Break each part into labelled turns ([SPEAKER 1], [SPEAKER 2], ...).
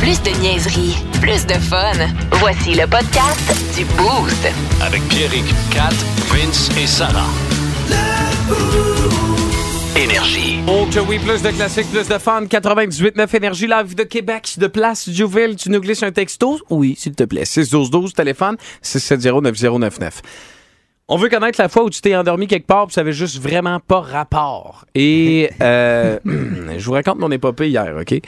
[SPEAKER 1] Plus de niaiserie, plus de fun. Voici le podcast du Boost.
[SPEAKER 2] Avec Pierrick, Kat, Vince et Sarah. Énergie.
[SPEAKER 3] Oh que oui, plus de classiques, plus de fun. 98.9 Énergie Live de Québec, de Place Jouville. Tu nous glisses un texto? Oui, s'il te plaît. 612-12, téléphone 670-9099. On veut connaître la fois où tu t'es endormi quelque part, puis ça avait juste vraiment pas rapport. Et euh, je vous raconte mon épopée hier, OK?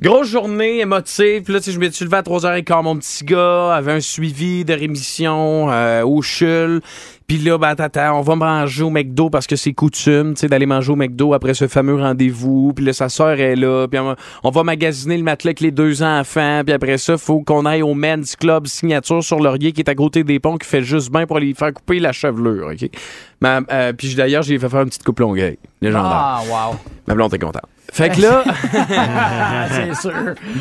[SPEAKER 3] Grosse journée émotive. Puis là, tu sais, je me suis levé à 3h15. Mon petit gars avait un suivi de rémission euh, au CHUL. Puis là, ben, attends, attends, on va manger au McDo parce que c'est coutume, tu sais, d'aller manger au McDo après ce fameux rendez-vous. Puis là, sa sœur est là. Puis on, on va magasiner le matelas avec les deux enfants. Puis après ça, faut qu'on aille au Men's Club Signature sur Laurier qui est à côté des ponts qui fait juste bien pour aller faire couper la chevelure, OK? Ma- euh, puis d'ailleurs, j'ai fait faire une petite coupe longueuil. Légendaire.
[SPEAKER 4] Ah, wow.
[SPEAKER 3] Ma blonde est contente. Fait que là...
[SPEAKER 4] C'est sûr.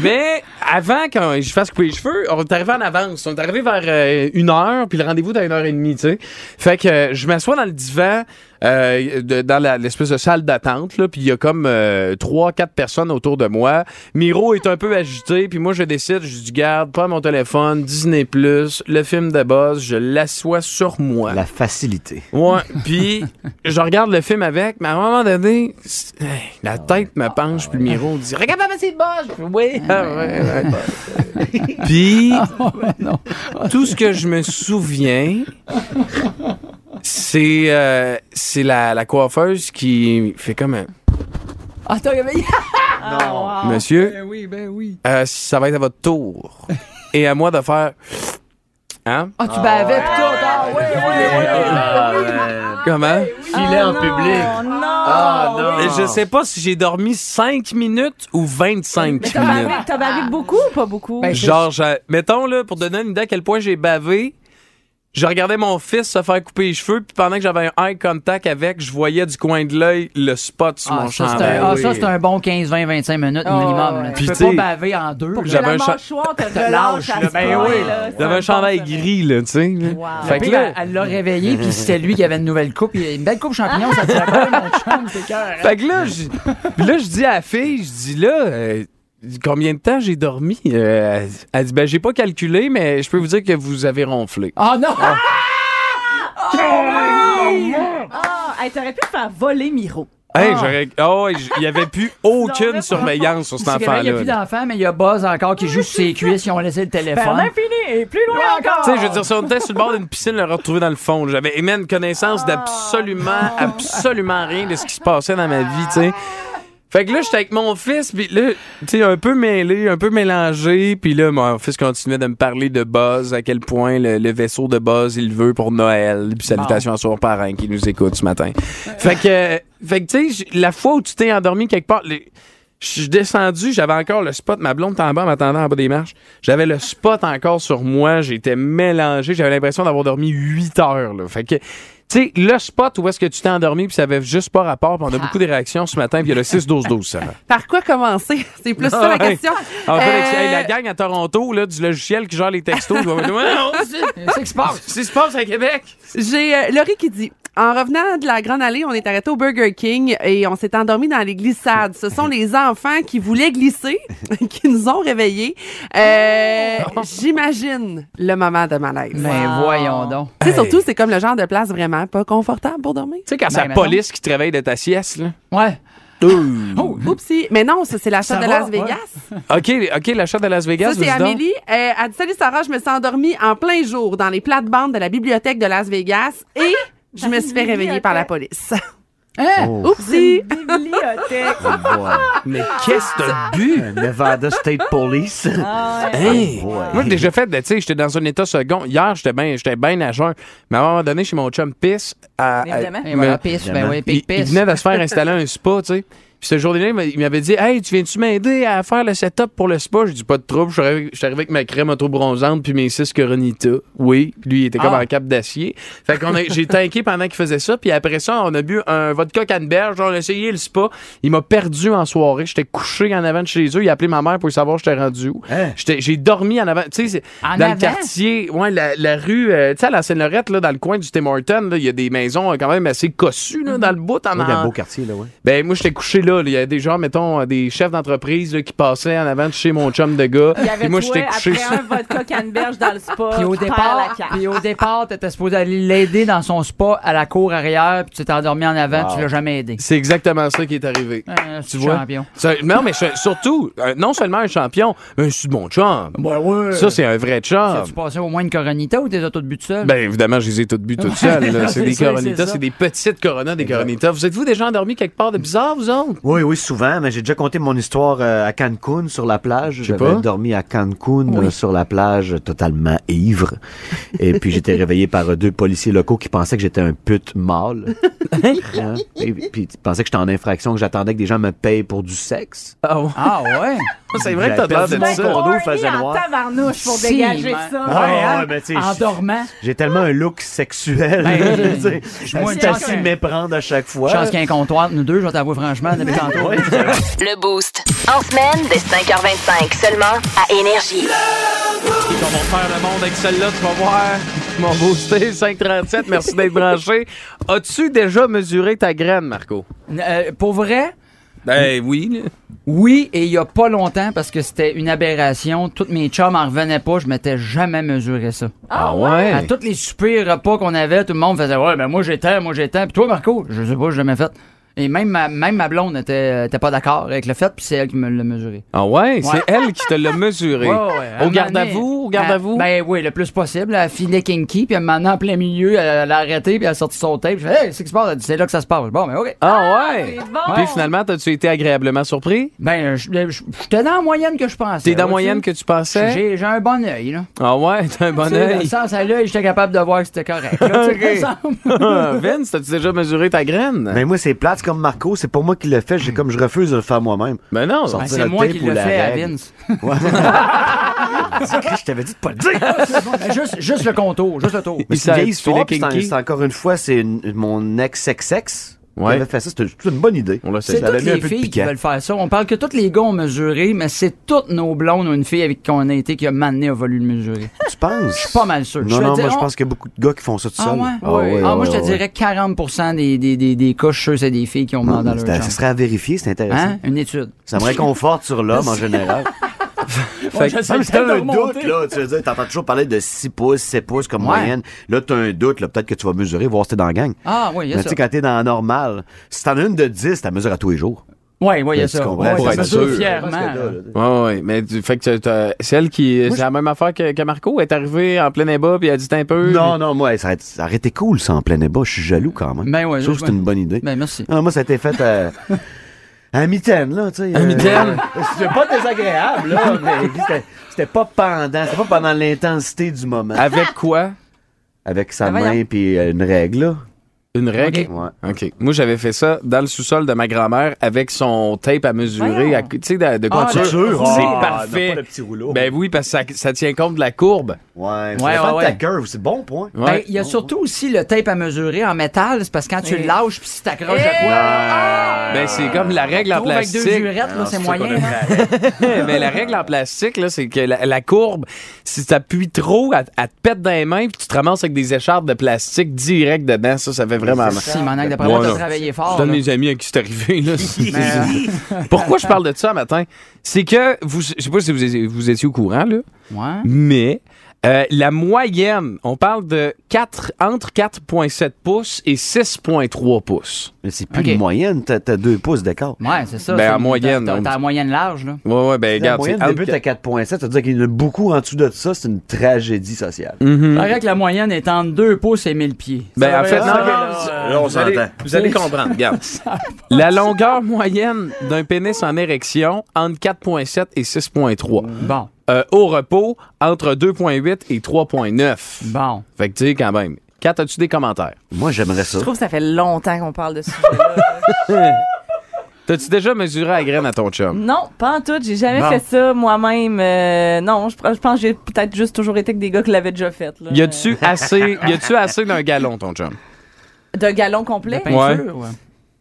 [SPEAKER 3] Mais avant quand je fasse couper les cheveux, on est arrivé en avance. On est arrivé vers euh, une heure, puis le rendez-vous dans une heure et demie, tu sais. Fait que euh, je m'assois dans le divan, euh, de- dans la- l'espèce de salle d'attente, là, puis il y a comme euh, trois, quatre personnes autour de moi. Miro est un peu agité, puis moi je décide, je dis garde, pas mon téléphone, Disney+, le film de base, je l'assois sur moi.
[SPEAKER 5] La facilité.
[SPEAKER 3] Ouais, puis je regarde le film avec, mais à un moment donné, c'est- hey,
[SPEAKER 5] Ah
[SPEAKER 3] la tête me penche, puis le miroir dit Regarde, papa, c'est boss! Oui, ah ouais, ouais. Puis,
[SPEAKER 4] Ah,
[SPEAKER 3] tout ce que je me souviens, c'est euh, c'est la, la coiffeuse qui fait comme un,
[SPEAKER 4] Ah, t'as réveillé? Non.
[SPEAKER 3] Monsieur,
[SPEAKER 4] Ben oui, ben oui.
[SPEAKER 3] euh, ça va être à votre tour. Et à moi de faire Hein?
[SPEAKER 4] Ah, tu bavais pis tout. Ah, ouais, ouais, ouais. Ben Ah,
[SPEAKER 3] Comment?
[SPEAKER 5] Filet en public.
[SPEAKER 4] non.
[SPEAKER 5] Ah, non.
[SPEAKER 3] Et Je sais pas si j'ai dormi 5 minutes ou 25
[SPEAKER 6] T'as
[SPEAKER 3] minutes.
[SPEAKER 6] bavé, t'as bavé beaucoup ou pas beaucoup?
[SPEAKER 4] Ben,
[SPEAKER 3] Genre, j'a- mettons, là, pour donner une idée à quel point j'ai bavé, je regardais mon fils se faire couper les cheveux, puis pendant que j'avais un eye contact avec, je voyais du coin de l'œil le spot sur
[SPEAKER 4] Ah,
[SPEAKER 3] mon
[SPEAKER 4] ça, c'est
[SPEAKER 3] chandail.
[SPEAKER 4] un, ah, ça, c'est un bon 15, 20, 25 minutes
[SPEAKER 6] Oh,
[SPEAKER 4] minimum.
[SPEAKER 6] ouais.
[SPEAKER 4] là.
[SPEAKER 3] Puis
[SPEAKER 4] Tu peux
[SPEAKER 3] t'sais-
[SPEAKER 4] pas baver en deux. là.
[SPEAKER 3] J'avais
[SPEAKER 6] la
[SPEAKER 3] un cha-
[SPEAKER 6] mâchoire te
[SPEAKER 4] lâche,
[SPEAKER 6] relâche à
[SPEAKER 4] là.
[SPEAKER 6] ce
[SPEAKER 4] Ben
[SPEAKER 6] point,
[SPEAKER 4] oui.
[SPEAKER 6] là. C'est
[SPEAKER 3] J'avais un
[SPEAKER 6] bon
[SPEAKER 3] chandail
[SPEAKER 6] sommeil.
[SPEAKER 3] gris, là, tu sais. là.
[SPEAKER 6] Wow.
[SPEAKER 3] Fait
[SPEAKER 4] Puis
[SPEAKER 3] que là-
[SPEAKER 4] elle- elle l'a réveillé, puis c'était lui qui avait une nouvelle coupe. Il- Une belle coupe champignon, ça te dirait pas, mon chum, c'est cœur.
[SPEAKER 3] Fait que là, je, puis là, je dis à la fille, je dis là, euh, combien de temps j'ai dormi? Euh, elle, elle dit, ben, j'ai pas calculé, mais je peux vous dire que vous avez ronflé.
[SPEAKER 4] Ah non!
[SPEAKER 6] Ah, hey, t'aurais pu faire voler Miro.
[SPEAKER 3] Hey,
[SPEAKER 4] Ah.
[SPEAKER 3] j'aurais. Oh, ouais, j- il y avait plus aucune surveillance sur cet
[SPEAKER 4] C'est que là,
[SPEAKER 3] enfant-là.
[SPEAKER 4] il n'y a plus
[SPEAKER 3] là.
[SPEAKER 4] d'enfant, mais il y a Buzz encore
[SPEAKER 6] Oh,
[SPEAKER 4] qui joue sur ses cuisses, ils ont laissé le
[SPEAKER 6] Ben,
[SPEAKER 4] téléphone.
[SPEAKER 6] l'infini et plus loin encore.
[SPEAKER 3] Tu sais, je veux dire, si on était sur le bord d'une piscine, le retrouver dans le fond. J'avais aimé une connaissance d'absolument, absolument rien de ce qui se passait dans ma vie, tu sais. Fait que là, j'étais avec mon fils, puis là, tu sais, un peu mêlé, un peu mélangé, puis là, mon fils continuait de me parler de Buzz, à quel point le, le vaisseau de Buzz, il le veut pour Noël, puis salutations à son parrain qui nous écoute ce matin. Fait que, euh, fait que tu sais, j- la fois où tu t'es endormi quelque part, les- je suis descendu, j'avais encore le spot, ma blonde était en bas, elle m'attendait en bas des marches. J'avais le spot encore sur moi, j'étais mélangé, j'avais l'impression d'avoir dormi 8 heures. Là. Fait que, tu sais, le spot où est-ce que tu t'es endormi, puis ça avait juste pas rapport, puis on a beaucoup de réactions ce matin, puis il y a le 6-12-12, ça.
[SPEAKER 7] Par quoi commencer? C'est plus ça
[SPEAKER 3] Ah Ouais.
[SPEAKER 7] la question.
[SPEAKER 3] En fait,
[SPEAKER 7] Euh,
[SPEAKER 3] hey, la gang à Toronto, là, du logiciel qui gère les textos, ils vont me dire, Ouais, non,
[SPEAKER 4] C'est ce qui se passe.
[SPEAKER 3] c'est ce qui se passe à Québec.
[SPEAKER 7] J'ai euh, Laurie qui dit En revenant de la Grande Allée, on est arrêté au Burger King et on s'est endormi dans les glissades. Ce sont les enfants qui voulaient glisser qui nous ont réveillés. Euh, J'imagine le moment de malaise.
[SPEAKER 6] ben,
[SPEAKER 4] Mais Ben, voyons donc.
[SPEAKER 7] Tu sais, surtout, c'est comme le genre de place vraiment pas confortable pour dormir.
[SPEAKER 3] Tu sais, quand c'est
[SPEAKER 4] Ben,
[SPEAKER 3] la
[SPEAKER 4] mettons.
[SPEAKER 3] police qui te réveille de ta sieste, là.
[SPEAKER 4] Ouais.
[SPEAKER 7] Oh, Oupsie. Mais non, ça, c'est la
[SPEAKER 4] Ça
[SPEAKER 7] chatte de
[SPEAKER 4] va,
[SPEAKER 7] Las
[SPEAKER 4] ouais.
[SPEAKER 7] Vegas.
[SPEAKER 3] OK, OK, l'achat de Las Vegas,
[SPEAKER 7] Ça, c'est
[SPEAKER 3] vas-y donc.
[SPEAKER 7] Amélie. Euh, elle dit Salut Sarah, je me suis endormie en plein jour dans les plates-bandes de la bibliothèque de Las Vegas et je me suis fait réveiller par la police.
[SPEAKER 4] Hein?
[SPEAKER 7] Oupsie!
[SPEAKER 6] Bibliothèque.
[SPEAKER 5] Oh boy.
[SPEAKER 3] Mais qu'est-ce que t'as bu?
[SPEAKER 5] Nevada State Police.
[SPEAKER 6] Ah, ouais.
[SPEAKER 3] Hey!
[SPEAKER 5] Oh boy.
[SPEAKER 3] Moi, j'ai déjà fait, de- tu sais, j'étais dans un état second. Hier, j'étais bien j'étais bien à jeun. Mais à un moment donné, chez mon chum Pisse, à, à-
[SPEAKER 6] Évidemment.
[SPEAKER 4] Et voilà,
[SPEAKER 3] me-
[SPEAKER 4] pisse, ben
[SPEAKER 5] Évidemment.
[SPEAKER 4] oui,
[SPEAKER 3] il,
[SPEAKER 4] pique,
[SPEAKER 3] il
[SPEAKER 4] pisse.
[SPEAKER 3] venait de se faire installer un spa, tu sais. Puis ce jour-là, il m'a- il m'avait dit Hey, tu viens-tu m'aider à faire le setup pour le spa J'ai dit Pas de trouble. Je suis arrivé je suis arrivé avec ma crème auto-bronzante puis mes six Coronita. Oui. Puis lui, il était comme
[SPEAKER 4] Ah.
[SPEAKER 3] en cap d'acier. Fait qu'on a- j'ai tanké pendant qu'il faisait ça. Puis après ça, on a bu un vodka canneberge. On a essayé le spa. Il m'a perdu en soirée. J'étais couché en avant de chez eux. Il a appelé ma mère pour savoir j'étais rendu où.
[SPEAKER 5] Hein?
[SPEAKER 3] J'étais- J'ai dormi en avant. Tu sais, c'est-
[SPEAKER 4] En
[SPEAKER 3] dans
[SPEAKER 4] avant?
[SPEAKER 3] le quartier, ouais, la, la rue, euh, tu sais, à la Seine-Lorette, là, dans le coin du Tim Horton, là, il y a des maisons euh, quand même assez cossues là, dans le bout. En,
[SPEAKER 5] Ouais, dans
[SPEAKER 3] en-
[SPEAKER 5] le beau quartier, là, ouais.
[SPEAKER 3] ben, moi, j'étais couché là, là, là, il y a des gens, mettons, euh, des chefs d'entreprise là, qui passaient en avant de chez mon chum de gars.
[SPEAKER 6] Il y avait
[SPEAKER 3] Et moi,
[SPEAKER 6] toi,
[SPEAKER 3] j'étais couché
[SPEAKER 6] après
[SPEAKER 3] sur...
[SPEAKER 6] un vodka canneberge dans le spa.
[SPEAKER 4] Puis au
[SPEAKER 6] tu perds la
[SPEAKER 4] départ,
[SPEAKER 6] carte.
[SPEAKER 4] puis au départ, t'étais supposé aller l'aider dans son spa à la cour arrière, puis tu t'es endormi en avant, tu l'as jamais aidé.
[SPEAKER 3] C'est exactement ça qui est arrivé.
[SPEAKER 4] Euh,
[SPEAKER 3] Tu
[SPEAKER 4] c'est
[SPEAKER 3] vois?
[SPEAKER 4] champion.
[SPEAKER 3] Ça- non, mais je- surtout, euh, non seulement un champion, mais je suis de mon chum.
[SPEAKER 5] Ben
[SPEAKER 3] Ça, c'est un vrai chum.
[SPEAKER 4] Tu passais au moins une coronita ou t'es autos de but seul?
[SPEAKER 3] Ben évidemment, je les ai toutes bues toutes seules. là. C'est
[SPEAKER 4] C'est
[SPEAKER 3] des
[SPEAKER 4] ça, c'est
[SPEAKER 3] coronitas,
[SPEAKER 4] ça.
[SPEAKER 3] c'est des petites coronas, des coronitas. Vous êtes-vous déjà endormi quelque part de bizarre, vous autres?
[SPEAKER 5] Oui, oui, souvent, mais j'ai déjà conté mon histoire euh, à Cancun sur la plage.
[SPEAKER 3] pas.
[SPEAKER 5] J'avais dormi à Cancun euh, sur la plage euh, totalement ivre. Et puis j'étais réveillé par euh, deux policiers locaux qui pensaient que j'étais un pute mâle. Hein? Et puis ils pensaient que j'étais en infraction, que j'attendais que des gens me payent pour du sexe.
[SPEAKER 3] Ah ouais.
[SPEAKER 4] Ah ouais?
[SPEAKER 3] C'est vrai que t'as
[SPEAKER 5] J'avais
[SPEAKER 3] l'air
[SPEAKER 5] perdu
[SPEAKER 3] de
[SPEAKER 5] mon
[SPEAKER 3] ça.
[SPEAKER 5] condo, il
[SPEAKER 6] Horny
[SPEAKER 5] faisait
[SPEAKER 6] Ben, en
[SPEAKER 5] noir.
[SPEAKER 6] tabarnouche pour
[SPEAKER 4] Si,
[SPEAKER 6] dégager
[SPEAKER 4] ben-
[SPEAKER 6] ça.
[SPEAKER 5] Ah, ouais,
[SPEAKER 6] hein?
[SPEAKER 5] ouais, ben, tu sais,
[SPEAKER 4] en dormant?
[SPEAKER 5] J'ai tellement un look sexuel.
[SPEAKER 4] Ben,
[SPEAKER 5] je veux dire,
[SPEAKER 4] moi,
[SPEAKER 5] c'est
[SPEAKER 4] une
[SPEAKER 5] à
[SPEAKER 4] chance
[SPEAKER 5] s'y
[SPEAKER 4] que-
[SPEAKER 5] méprendre à chaque fois.
[SPEAKER 4] Chance qu'il y a un comptoir, entre nous deux, je vais t'avouer franchement, depuis tantôt.
[SPEAKER 5] Ouais.
[SPEAKER 1] Le Boost. En semaine, dès 5h25 seulement à Énergie.
[SPEAKER 3] Ils vont faire le monde avec celle-là, tu vas voir. Mon boosté 537, merci d'être branché. As-tu déjà mesuré ta graine, Marco?
[SPEAKER 4] Euh, pour vrai,
[SPEAKER 3] Ben oui.
[SPEAKER 4] oui, et il y a pas longtemps, parce que c'était une aberration. Toutes mes chums en revenaient pas, je m'étais jamais mesuré ça.
[SPEAKER 3] Ah ouais?
[SPEAKER 4] À tous les soupers repas qu'on avait, tout le monde faisait Ouais, ben moi j'étais, moi j'étais. Puis toi, Marco, je sais pas, j'ai jamais fait. Et même ma, même ma blonde était, était pas d'accord avec le fait, puis c'est elle qui me l'a mesuré.
[SPEAKER 3] Ah ouais? C'est elle qui te l'a mesuré.
[SPEAKER 4] Ouais, ouais, à un
[SPEAKER 3] Au
[SPEAKER 4] moment
[SPEAKER 3] garde à
[SPEAKER 4] donné,
[SPEAKER 3] vous, au garde à vous?
[SPEAKER 4] Ben oui, le plus possible. Elle filait Kinky, puis elle m'a en plein milieu, elle, elle a arrêté, puis elle a sorti son tape. Je fais, hey, c'est qui se passe? Elle dit, C'est là que ça se passe. Bon, ben ok.
[SPEAKER 3] ah ouais?
[SPEAKER 6] c'est bon.
[SPEAKER 3] Puis finalement, t'as-tu été agréablement surpris?
[SPEAKER 4] Ben, je- je- j'étais dans la moyenne que je pensais.
[SPEAKER 3] T'es dans la
[SPEAKER 4] vois-tu?
[SPEAKER 3] moyenne que tu passais?
[SPEAKER 4] Ben J'ai j'ai un bon œil, là.
[SPEAKER 3] Ah ouais, t'as un bon
[SPEAKER 4] Tu sais, Dans le
[SPEAKER 3] œil.
[SPEAKER 4] sens à l'œil, j'étais capable de voir que c'était correct. Là, tu sais, ça ressemble.
[SPEAKER 3] Vince, t'as-tu déjà mesuré ta graine?
[SPEAKER 5] Mais moi, c'est plate c'est comme Marco, c'est pas moi qui le fais, j'ai comme je refuse de le faire moi-même.
[SPEAKER 3] Ben non.
[SPEAKER 5] Sorti.
[SPEAKER 4] Ben,
[SPEAKER 5] C'est
[SPEAKER 4] c'est
[SPEAKER 5] le
[SPEAKER 4] moi
[SPEAKER 5] tape
[SPEAKER 4] qui
[SPEAKER 5] ou
[SPEAKER 4] le
[SPEAKER 5] la
[SPEAKER 4] fais à
[SPEAKER 5] règle.
[SPEAKER 4] Vince.
[SPEAKER 5] Ouais. je t'avais dit de pas le dire.
[SPEAKER 4] Ben, juste, juste le contour, juste le tour.
[SPEAKER 5] Mais c'est une
[SPEAKER 3] Ça,
[SPEAKER 5] vieille
[SPEAKER 3] tu
[SPEAKER 5] histoire,
[SPEAKER 3] fais
[SPEAKER 5] puis
[SPEAKER 3] le
[SPEAKER 5] c'est
[SPEAKER 3] kinky.
[SPEAKER 5] c'est encore une fois, c'est une- mon ex-ex-ex qui
[SPEAKER 3] Ouais.
[SPEAKER 5] avait fait ça. C'était toute une bonne idée.
[SPEAKER 3] On l'a
[SPEAKER 4] C'est
[SPEAKER 3] essayé.
[SPEAKER 5] Ça avait
[SPEAKER 4] toutes
[SPEAKER 5] mis un
[SPEAKER 4] les
[SPEAKER 5] peu de
[SPEAKER 4] filles qui
[SPEAKER 5] piquant.
[SPEAKER 4] veulent faire ça. On parle que tous les gars ont mesuré, mais c'est toutes nos blondes ou une fille avec qui on a été qui a mané a voulu le mesurer.
[SPEAKER 5] Tu penses?
[SPEAKER 4] Je suis pas mal sûr.
[SPEAKER 5] Non,
[SPEAKER 4] veux
[SPEAKER 5] non,
[SPEAKER 4] dire,
[SPEAKER 5] moi, je
[SPEAKER 4] on-
[SPEAKER 5] pense qu'il y a beaucoup de gars qui font ça tout
[SPEAKER 4] Ah
[SPEAKER 5] seul.
[SPEAKER 4] ouais? Ah, moi, je te dirais 40 des, des, des, des cas, je suis sûr, c'est des filles qui ont mandé dans leur
[SPEAKER 5] Ça
[SPEAKER 4] chambre.
[SPEAKER 5] serait à vérifier, c'est intéressant.
[SPEAKER 4] Hein? Une étude.
[SPEAKER 5] Ça me réconforte sur l'homme en général.
[SPEAKER 4] Ouais, je sais,
[SPEAKER 5] Même si t'as
[SPEAKER 4] peut-être
[SPEAKER 5] un
[SPEAKER 4] de remonter.
[SPEAKER 5] doute, là, tu veux dire, t'entends toujours parler de 6 pouces, 7 pouces comme
[SPEAKER 4] Ouais.
[SPEAKER 5] moyenne. Là, t'as un doute, là, peut-être que tu vas mesurer, voir si t'es dans la gang.
[SPEAKER 4] Ah, oui, il y a
[SPEAKER 5] Mais tu
[SPEAKER 4] ça.
[SPEAKER 5] sais, quand t'es dans la normale, si t'en as une de 10, t'as mesure à tous les jours.
[SPEAKER 4] Oui, oui, il y a
[SPEAKER 5] Ben, tu
[SPEAKER 4] ça.
[SPEAKER 5] comprends,
[SPEAKER 4] Ouais,
[SPEAKER 5] pour
[SPEAKER 4] ça
[SPEAKER 3] être
[SPEAKER 4] mesure
[SPEAKER 3] sûr.
[SPEAKER 4] fièrement.
[SPEAKER 5] Parce que là,
[SPEAKER 4] là.
[SPEAKER 5] là,
[SPEAKER 3] Ouais, ouais, mais du fait que t'as- celle qui. C'est la même affaire que, que Marco est arrivée en plein ébat puis elle a dit un peu.
[SPEAKER 5] Non, non, moi, ça aurait, ça aurait été cool, ça, en plein débat. Je suis jaloux quand même.
[SPEAKER 4] Ben ouais,
[SPEAKER 5] je trouve
[SPEAKER 4] je-
[SPEAKER 5] que c'est une bonne idée.
[SPEAKER 4] Ben, merci.
[SPEAKER 5] Non, moi, ça a été fait à, à mitaine, là, tu sais. euh,
[SPEAKER 3] mitaine?
[SPEAKER 5] C'était pas désagréable, là, mais c'était- c'était pas pendant, c'était pas pendant l'intensité du moment.
[SPEAKER 3] Avec quoi?
[SPEAKER 5] Avec sa
[SPEAKER 4] Ben,
[SPEAKER 5] main
[SPEAKER 4] voyons.
[SPEAKER 5] puis euh, une règle, là.
[SPEAKER 3] Une règle?
[SPEAKER 5] Ouais.
[SPEAKER 3] OK. Moi, j'avais fait ça dans le sous-sol de ma grand-mère avec son tape à mesurer,
[SPEAKER 4] Voyons.
[SPEAKER 3] à- tu sais, de, de
[SPEAKER 4] Ah,
[SPEAKER 3] couture.
[SPEAKER 5] couture,
[SPEAKER 3] c'est
[SPEAKER 5] ah,
[SPEAKER 3] parfait.
[SPEAKER 5] non, pas le petit rouleau.
[SPEAKER 3] Ben oui, parce que ça, ça tient compte de la courbe.
[SPEAKER 5] Ouais,
[SPEAKER 4] Ouais,
[SPEAKER 5] ouais,
[SPEAKER 4] ouais,
[SPEAKER 5] ta
[SPEAKER 4] ouais.
[SPEAKER 5] curve, c'est bon point.
[SPEAKER 3] Ouais.
[SPEAKER 4] Ben, il y a surtout aussi le tape à mesurer en métal. C'est parce que quand tu le lâches, puis si t'accroches
[SPEAKER 5] Ah,
[SPEAKER 3] Ben, c'est comme la règle
[SPEAKER 4] à
[SPEAKER 3] en
[SPEAKER 4] quoi? Avec deux
[SPEAKER 3] plastique.
[SPEAKER 4] jurettes, là, c'est moyen. hein.
[SPEAKER 3] Mais la règle en plastique, là, c'est que la, la courbe, si t'appuies trop, elle, elle te pète dans les mains puis tu te ramasses avec des écharpes de plastique direct dedans. Ça, ça fait vraiment mal.
[SPEAKER 4] Si, mon d'après
[SPEAKER 3] Ouais,
[SPEAKER 4] moi, t'as
[SPEAKER 3] non.
[SPEAKER 4] travaillé
[SPEAKER 3] Je
[SPEAKER 4] fort.
[SPEAKER 3] donne
[SPEAKER 4] là. euh,
[SPEAKER 3] mes amis à qui c'est arrivé. Là. Pourquoi je parle de ça matin? C'est que, vous, je sais pas si vous, étiez- vous étiez au courant, là,
[SPEAKER 4] Ouais.
[SPEAKER 3] mais euh, la moyenne, on parle de 4, entre 4,7 pouces et 6,3 pouces.
[SPEAKER 5] Mais c'est plus
[SPEAKER 4] Ok.
[SPEAKER 5] une moyenne, t'as t'as deux pouces d'écart.
[SPEAKER 4] Ouais, c'est ça.
[SPEAKER 3] Ben,
[SPEAKER 4] c'est-
[SPEAKER 3] en moyenne,
[SPEAKER 4] T'as
[SPEAKER 3] on-
[SPEAKER 4] t'as la moyenne large, là.
[SPEAKER 3] Ouais, ouais, ben
[SPEAKER 5] La
[SPEAKER 3] regarde,
[SPEAKER 5] moyenne
[SPEAKER 3] c'est entre
[SPEAKER 5] débute à 4.7, ça veut dire qu'il y en a beaucoup en dessous de ça, c'est une tragédie sociale.
[SPEAKER 4] Pareil que la moyenne est entre 2 pouces et 1000 pieds.
[SPEAKER 3] Ben, en fait, non,
[SPEAKER 5] ça,
[SPEAKER 3] non,
[SPEAKER 5] là,
[SPEAKER 3] vous-
[SPEAKER 5] Ah, là, on
[SPEAKER 3] vous allez-
[SPEAKER 5] s'entend.
[SPEAKER 3] Vous allez comprendre, regarde. La longueur moyenne d'un pénis en érection, entre 4,7 et 6,3.
[SPEAKER 4] Bon,
[SPEAKER 3] Euh, au repos, entre 2,8 et 3,9.
[SPEAKER 4] bon.
[SPEAKER 3] Fait que tu sais, quand même. Kat, as-tu des commentaires?
[SPEAKER 5] Moi, j'aimerais ça.
[SPEAKER 6] Je trouve que ça fait longtemps qu'on parle de ce sujet-là.
[SPEAKER 3] T'as-tu déjà mesuré la graine à ton chum?
[SPEAKER 6] non, pas en tout. J'ai jamais
[SPEAKER 4] Bon.
[SPEAKER 6] fait ça moi-même. Euh, non, je, je pense que j'ai peut-être juste toujours été avec des gars qui l'avaient déjà fait. Là.
[SPEAKER 3] Y a-tu assez, y a-tu assez d'un gallon, ton chum?
[SPEAKER 6] Euh, D'un galon complet?
[SPEAKER 3] Ouais.
[SPEAKER 4] Peinture, ouais.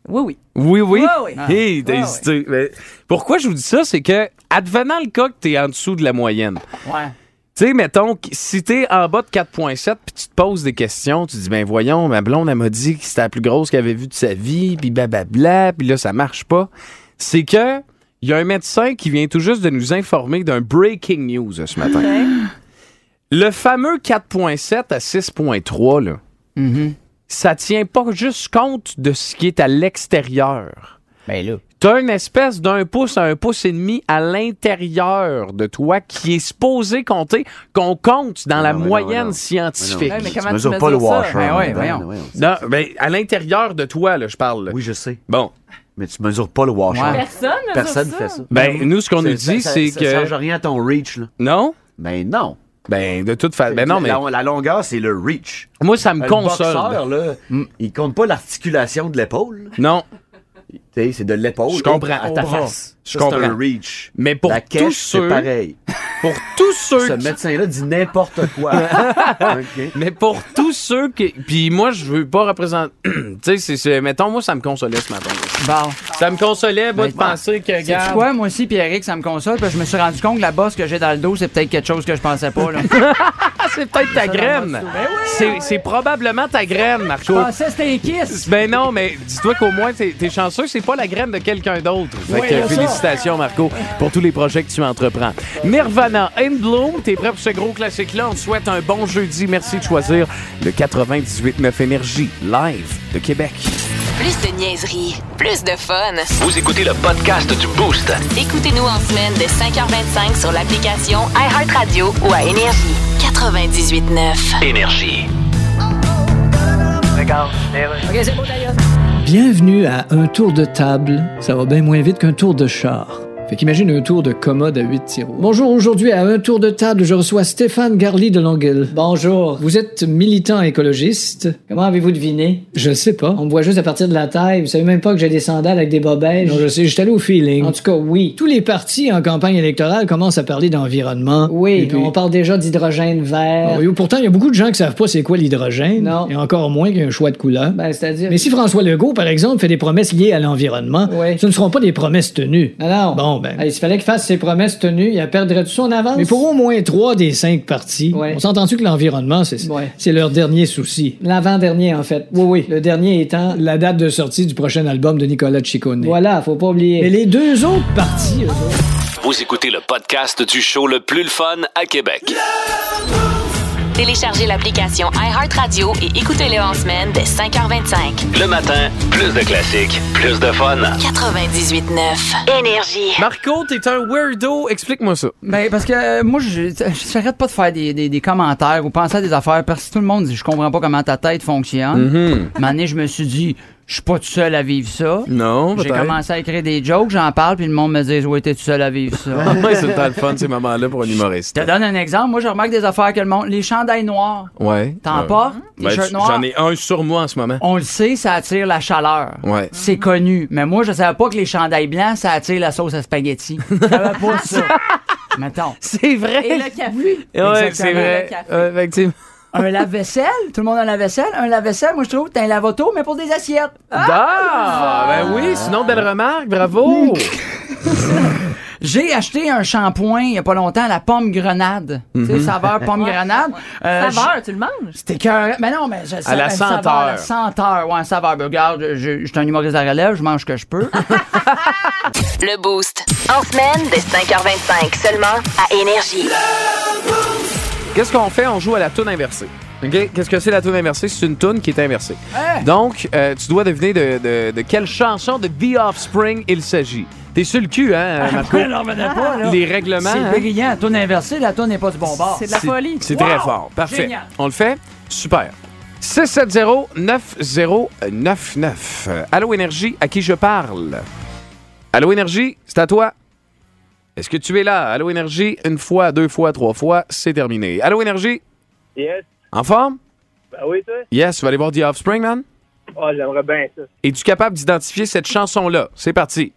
[SPEAKER 6] Oui, oui.
[SPEAKER 3] Oui, oui.
[SPEAKER 6] Ouais, ouais.
[SPEAKER 3] Hey, t'as
[SPEAKER 6] Ouais,
[SPEAKER 3] hésité. Mais pourquoi je vous dis ça? C'est que, advenant le cas que t'es en dessous de la moyenne,
[SPEAKER 4] Ouais.
[SPEAKER 3] Tu Tu sais, mettons, qu- si t'es en bas de 4.7 puis tu te poses des questions, tu dis, ben voyons, ma blonde, elle m'a dit que c'était la plus grosse qu'elle avait vue de sa vie, puis blablabla, puis là, ça marche pas. C'est que, il y a un médecin qui vient tout juste de nous informer d'un breaking news euh, ce matin. Le fameux 4.7 à 6.3, là,
[SPEAKER 5] Mm-hmm.
[SPEAKER 4] Mhm.
[SPEAKER 3] ça tient pas juste compte de ce qui est à l'extérieur.
[SPEAKER 4] Ben là.
[SPEAKER 3] T'as une espèce d'un pouce à un pouce et demi à l'intérieur de toi qui est supposé compter, qu'on compte dans la
[SPEAKER 5] non, Ah, mais non,
[SPEAKER 3] moyenne
[SPEAKER 5] mais non.
[SPEAKER 3] scientifique.
[SPEAKER 6] Ouais, mais comment tu
[SPEAKER 5] mesures
[SPEAKER 6] mesures
[SPEAKER 5] pas le
[SPEAKER 6] ça?
[SPEAKER 5] washer.
[SPEAKER 4] Ben
[SPEAKER 5] en
[SPEAKER 4] ouais,
[SPEAKER 5] même temps,
[SPEAKER 4] voyons.
[SPEAKER 5] là,
[SPEAKER 3] Non, ben, à l'intérieur de toi, là, je parle. là.
[SPEAKER 5] Oui, je sais.
[SPEAKER 3] Bon.
[SPEAKER 5] Mais tu mesures pas le washer.
[SPEAKER 4] Ouais.
[SPEAKER 6] Personne ne
[SPEAKER 5] Personne
[SPEAKER 6] mesure
[SPEAKER 5] fait
[SPEAKER 6] ça.
[SPEAKER 5] ça.
[SPEAKER 3] Ben, nous, ce qu'on nous
[SPEAKER 5] Ça-
[SPEAKER 3] dit,
[SPEAKER 5] ça-
[SPEAKER 3] c'est
[SPEAKER 5] Ça ne change
[SPEAKER 3] que.
[SPEAKER 5] rien à ton reach, là.
[SPEAKER 3] Non?
[SPEAKER 5] Ben non.
[SPEAKER 3] Ben, de toute façon. Ben, non, mais.
[SPEAKER 5] La, la longueur, c'est le reach.
[SPEAKER 3] Moi, ça me
[SPEAKER 5] Le
[SPEAKER 3] console. Mm.
[SPEAKER 5] boxeur, là, il compte pas l'articulation de l'épaule.
[SPEAKER 3] Non.
[SPEAKER 5] Tu sais, c'est de l'épaule.
[SPEAKER 3] Je comprends.
[SPEAKER 5] À ta
[SPEAKER 3] Au bras.
[SPEAKER 5] face. Ça,
[SPEAKER 3] Je
[SPEAKER 5] C'est
[SPEAKER 3] comprends.
[SPEAKER 5] un reach.
[SPEAKER 3] Mais pour
[SPEAKER 5] la
[SPEAKER 3] tous
[SPEAKER 5] cache,
[SPEAKER 3] ceux.
[SPEAKER 5] c'est pareil.
[SPEAKER 3] Pour tous ceux
[SPEAKER 5] Ce
[SPEAKER 3] qui-
[SPEAKER 5] médecin-là dit n'importe quoi. OK.
[SPEAKER 3] Mais pour tous ceux qui. Puis moi, je veux pas représenter. tu sais, c'est- c'est. Mettons, moi, ça me consolait ce matin.
[SPEAKER 4] Bon.
[SPEAKER 3] Ça me consolait, moi, de penser que,
[SPEAKER 4] C'est
[SPEAKER 3] regarde.
[SPEAKER 4] quoi, moi aussi, Pierrick, ça me console, parce que je me suis rendu compte que la bosse que j'ai dans le dos, c'est peut-être quelque chose que je pensais pas. Là. je
[SPEAKER 3] Ah, c'est peut-être ta
[SPEAKER 4] Ça, dans
[SPEAKER 3] graine.
[SPEAKER 4] le dessous. Ben oui,
[SPEAKER 3] C'est c'est probablement ta graine, Marco.
[SPEAKER 4] pensais que Ah, c'était un kiss.
[SPEAKER 3] Ben non, mais dis-toi qu'au moins, t'es es chanceux, c'est pas la graine de quelqu'un d'autre. Fait que félicitations, Marco, pour tous les projets que tu entreprends. Nirvana and Bloom, t'es prêt pour ce gros classique-là? On te souhaite un bon jeudi. Merci de choisir le 98.9 Énergie, live de Québec.
[SPEAKER 1] Plus de niaiserie, plus de fun.
[SPEAKER 2] Vous écoutez le podcast du Boost.
[SPEAKER 1] Écoutez-nous en semaine de 5h25 sur l'application iHeartRadio ou à Énergie. 98.9.
[SPEAKER 2] Énergie.
[SPEAKER 8] Bienvenue à un tour de table. Ça va bien moins vite qu'un tour de char. Fait qu'imagine un tour de commode à 8 tiroirs. Bonjour, aujourd'hui à un tour de table, je reçois Stéphane Garly de Longueuil. Bonjour. Vous êtes militant écologiste. Comment avez-vous deviné? Je sais pas. On me voit juste à partir de la taille. Vous savez même pas que j'ai des sandales avec des bobèges. Non, je sais, j'étais allé au feeling. En tout cas, oui. Tous les partis en campagne électorale commencent à parler d'environnement. Oui, on parle déjà d'hydrogène vert. pourtant, il y a beaucoup de gens qui savent pas c'est quoi l'hydrogène. Non. Et encore moins qu'un choix de couleur. Ben, c'est-à-dire. Mais si François Legault, par exemple, fait des promesses liées à l'environnement, ce ne seront pas des promesses tenues. Alors. Bon, ben. S'il fallait qu'il fasse ses promesses tenues, il perdrait tout son avance. Mais pour au moins trois des cinq partis, on s'entend-tu que l'environnement, c'est c'est leur dernier souci? L'avant-dernier, en fait. Oui, oui. Le dernier étant. La date de sortie du prochain album de Nicolas Ciccone. Voilà, faut pas oublier. Mais les deux autres partis, eux autres,
[SPEAKER 2] Vous écoutez le podcast du show le plus le fun à Québec.
[SPEAKER 1] Téléchargez l'application iHeartRadio et écoutez-le en semaine dès 5h25.
[SPEAKER 2] Le matin, plus de classiques, plus de fun.
[SPEAKER 1] 98.9. Énergie.
[SPEAKER 3] Marco, t'es un weirdo, explique-moi ça.
[SPEAKER 4] Ben, parce que euh, moi, je- je- j'arrête pas de faire des, des- des commentaires ou penser à des affaires parce que tout le monde dit, je comprends pas comment ta tête fonctionne.
[SPEAKER 3] Hmm.
[SPEAKER 4] Un moment donné, je me suis dit, je suis pas tout seul à vivre ça.
[SPEAKER 3] Non,
[SPEAKER 4] J'ai commencé à écrire des jokes, j'en parle, puis le monde me dit, ouais, t'es tout seul à vivre ça.
[SPEAKER 3] Ouais, c'est le temps de fun, ces moments-là, pour un humoriste.
[SPEAKER 4] Je te donne un exemple. Moi, je remarque des affaires que le monde. Les chandails noirs,
[SPEAKER 3] Ouais.
[SPEAKER 4] t'en
[SPEAKER 3] Ouais.
[SPEAKER 4] portes, les
[SPEAKER 3] Ben,
[SPEAKER 4] shirts noirs.
[SPEAKER 3] J'en ai un sur moi en ce moment.
[SPEAKER 4] On le sait, ça attire la chaleur.
[SPEAKER 3] Ouais.
[SPEAKER 4] C'est connu. Mais moi, je savais pas que les chandails blancs, ça attire la sauce à spaghetti. Je savais pas ça. Mettons.
[SPEAKER 3] C'est
[SPEAKER 6] Et
[SPEAKER 3] vrai.
[SPEAKER 6] le café.
[SPEAKER 3] Ouais,
[SPEAKER 4] Exactement.
[SPEAKER 3] c'est vrai.
[SPEAKER 6] Le café.
[SPEAKER 3] Ouais, effectivement.
[SPEAKER 4] Un lave-vaisselle. Tout le monde a un lave-vaisselle. Un lave-vaisselle, moi, je trouve, t'as un lavoto, mais pour des assiettes.
[SPEAKER 3] Ah, ben oui, sinon belle remarque, bravo.
[SPEAKER 4] J'ai acheté un shampoing il y a pas longtemps, la pomme grenade. Tu sais, saveur pomme grenade. Euh,
[SPEAKER 6] Saveur, tu le manges?
[SPEAKER 4] C'était cœur. Mais non, mais je
[SPEAKER 3] À la
[SPEAKER 4] saveur- saveur,
[SPEAKER 3] senteur.
[SPEAKER 4] la senteur, ouais, saveur. Ben, regarde, je, je suis un humoriste à relève, je mange ce que je peux.
[SPEAKER 1] Le Boost. En semaine dès 5h25 seulement à Énergie.
[SPEAKER 3] Qu'est-ce qu'on fait? On joue à la toune inversée. OK? Qu'est-ce que c'est la toune inversée? C'est une toune qui est inversée.
[SPEAKER 4] Hey!
[SPEAKER 3] Donc, euh, tu dois deviner de, de- de quelle chanson de The Offspring il s'agit. T'es sur le cul, hein, Marco?
[SPEAKER 4] Ouais, j'en revenais
[SPEAKER 6] Ah.
[SPEAKER 4] pas, Ah, là.
[SPEAKER 3] Les règlements. hein?
[SPEAKER 4] C'est brillant. Tourne inversée, la tourne n'est pas du bon bord.
[SPEAKER 6] C'est de la
[SPEAKER 3] C'est-
[SPEAKER 6] folie.
[SPEAKER 3] C'est
[SPEAKER 4] Wow!
[SPEAKER 3] très fort. Parfait.
[SPEAKER 4] Génial.
[SPEAKER 3] On le fait? Super. 670-9099. Euh, Allô Énergie, à qui je parle? Allô Énergie, c'est à toi. Est-ce que tu es là? Allô Énergie, une fois, deux fois, trois fois, c'est terminé. Allô Énergie?
[SPEAKER 9] Yes.
[SPEAKER 3] En forme?
[SPEAKER 9] Ben oui, toi?
[SPEAKER 3] Yes, tu vas aller voir The Offspring, man?
[SPEAKER 9] Ah, j'aimerais bien ça.
[SPEAKER 3] Es-tu capable d'identifier cette chanson-là? C'est parti.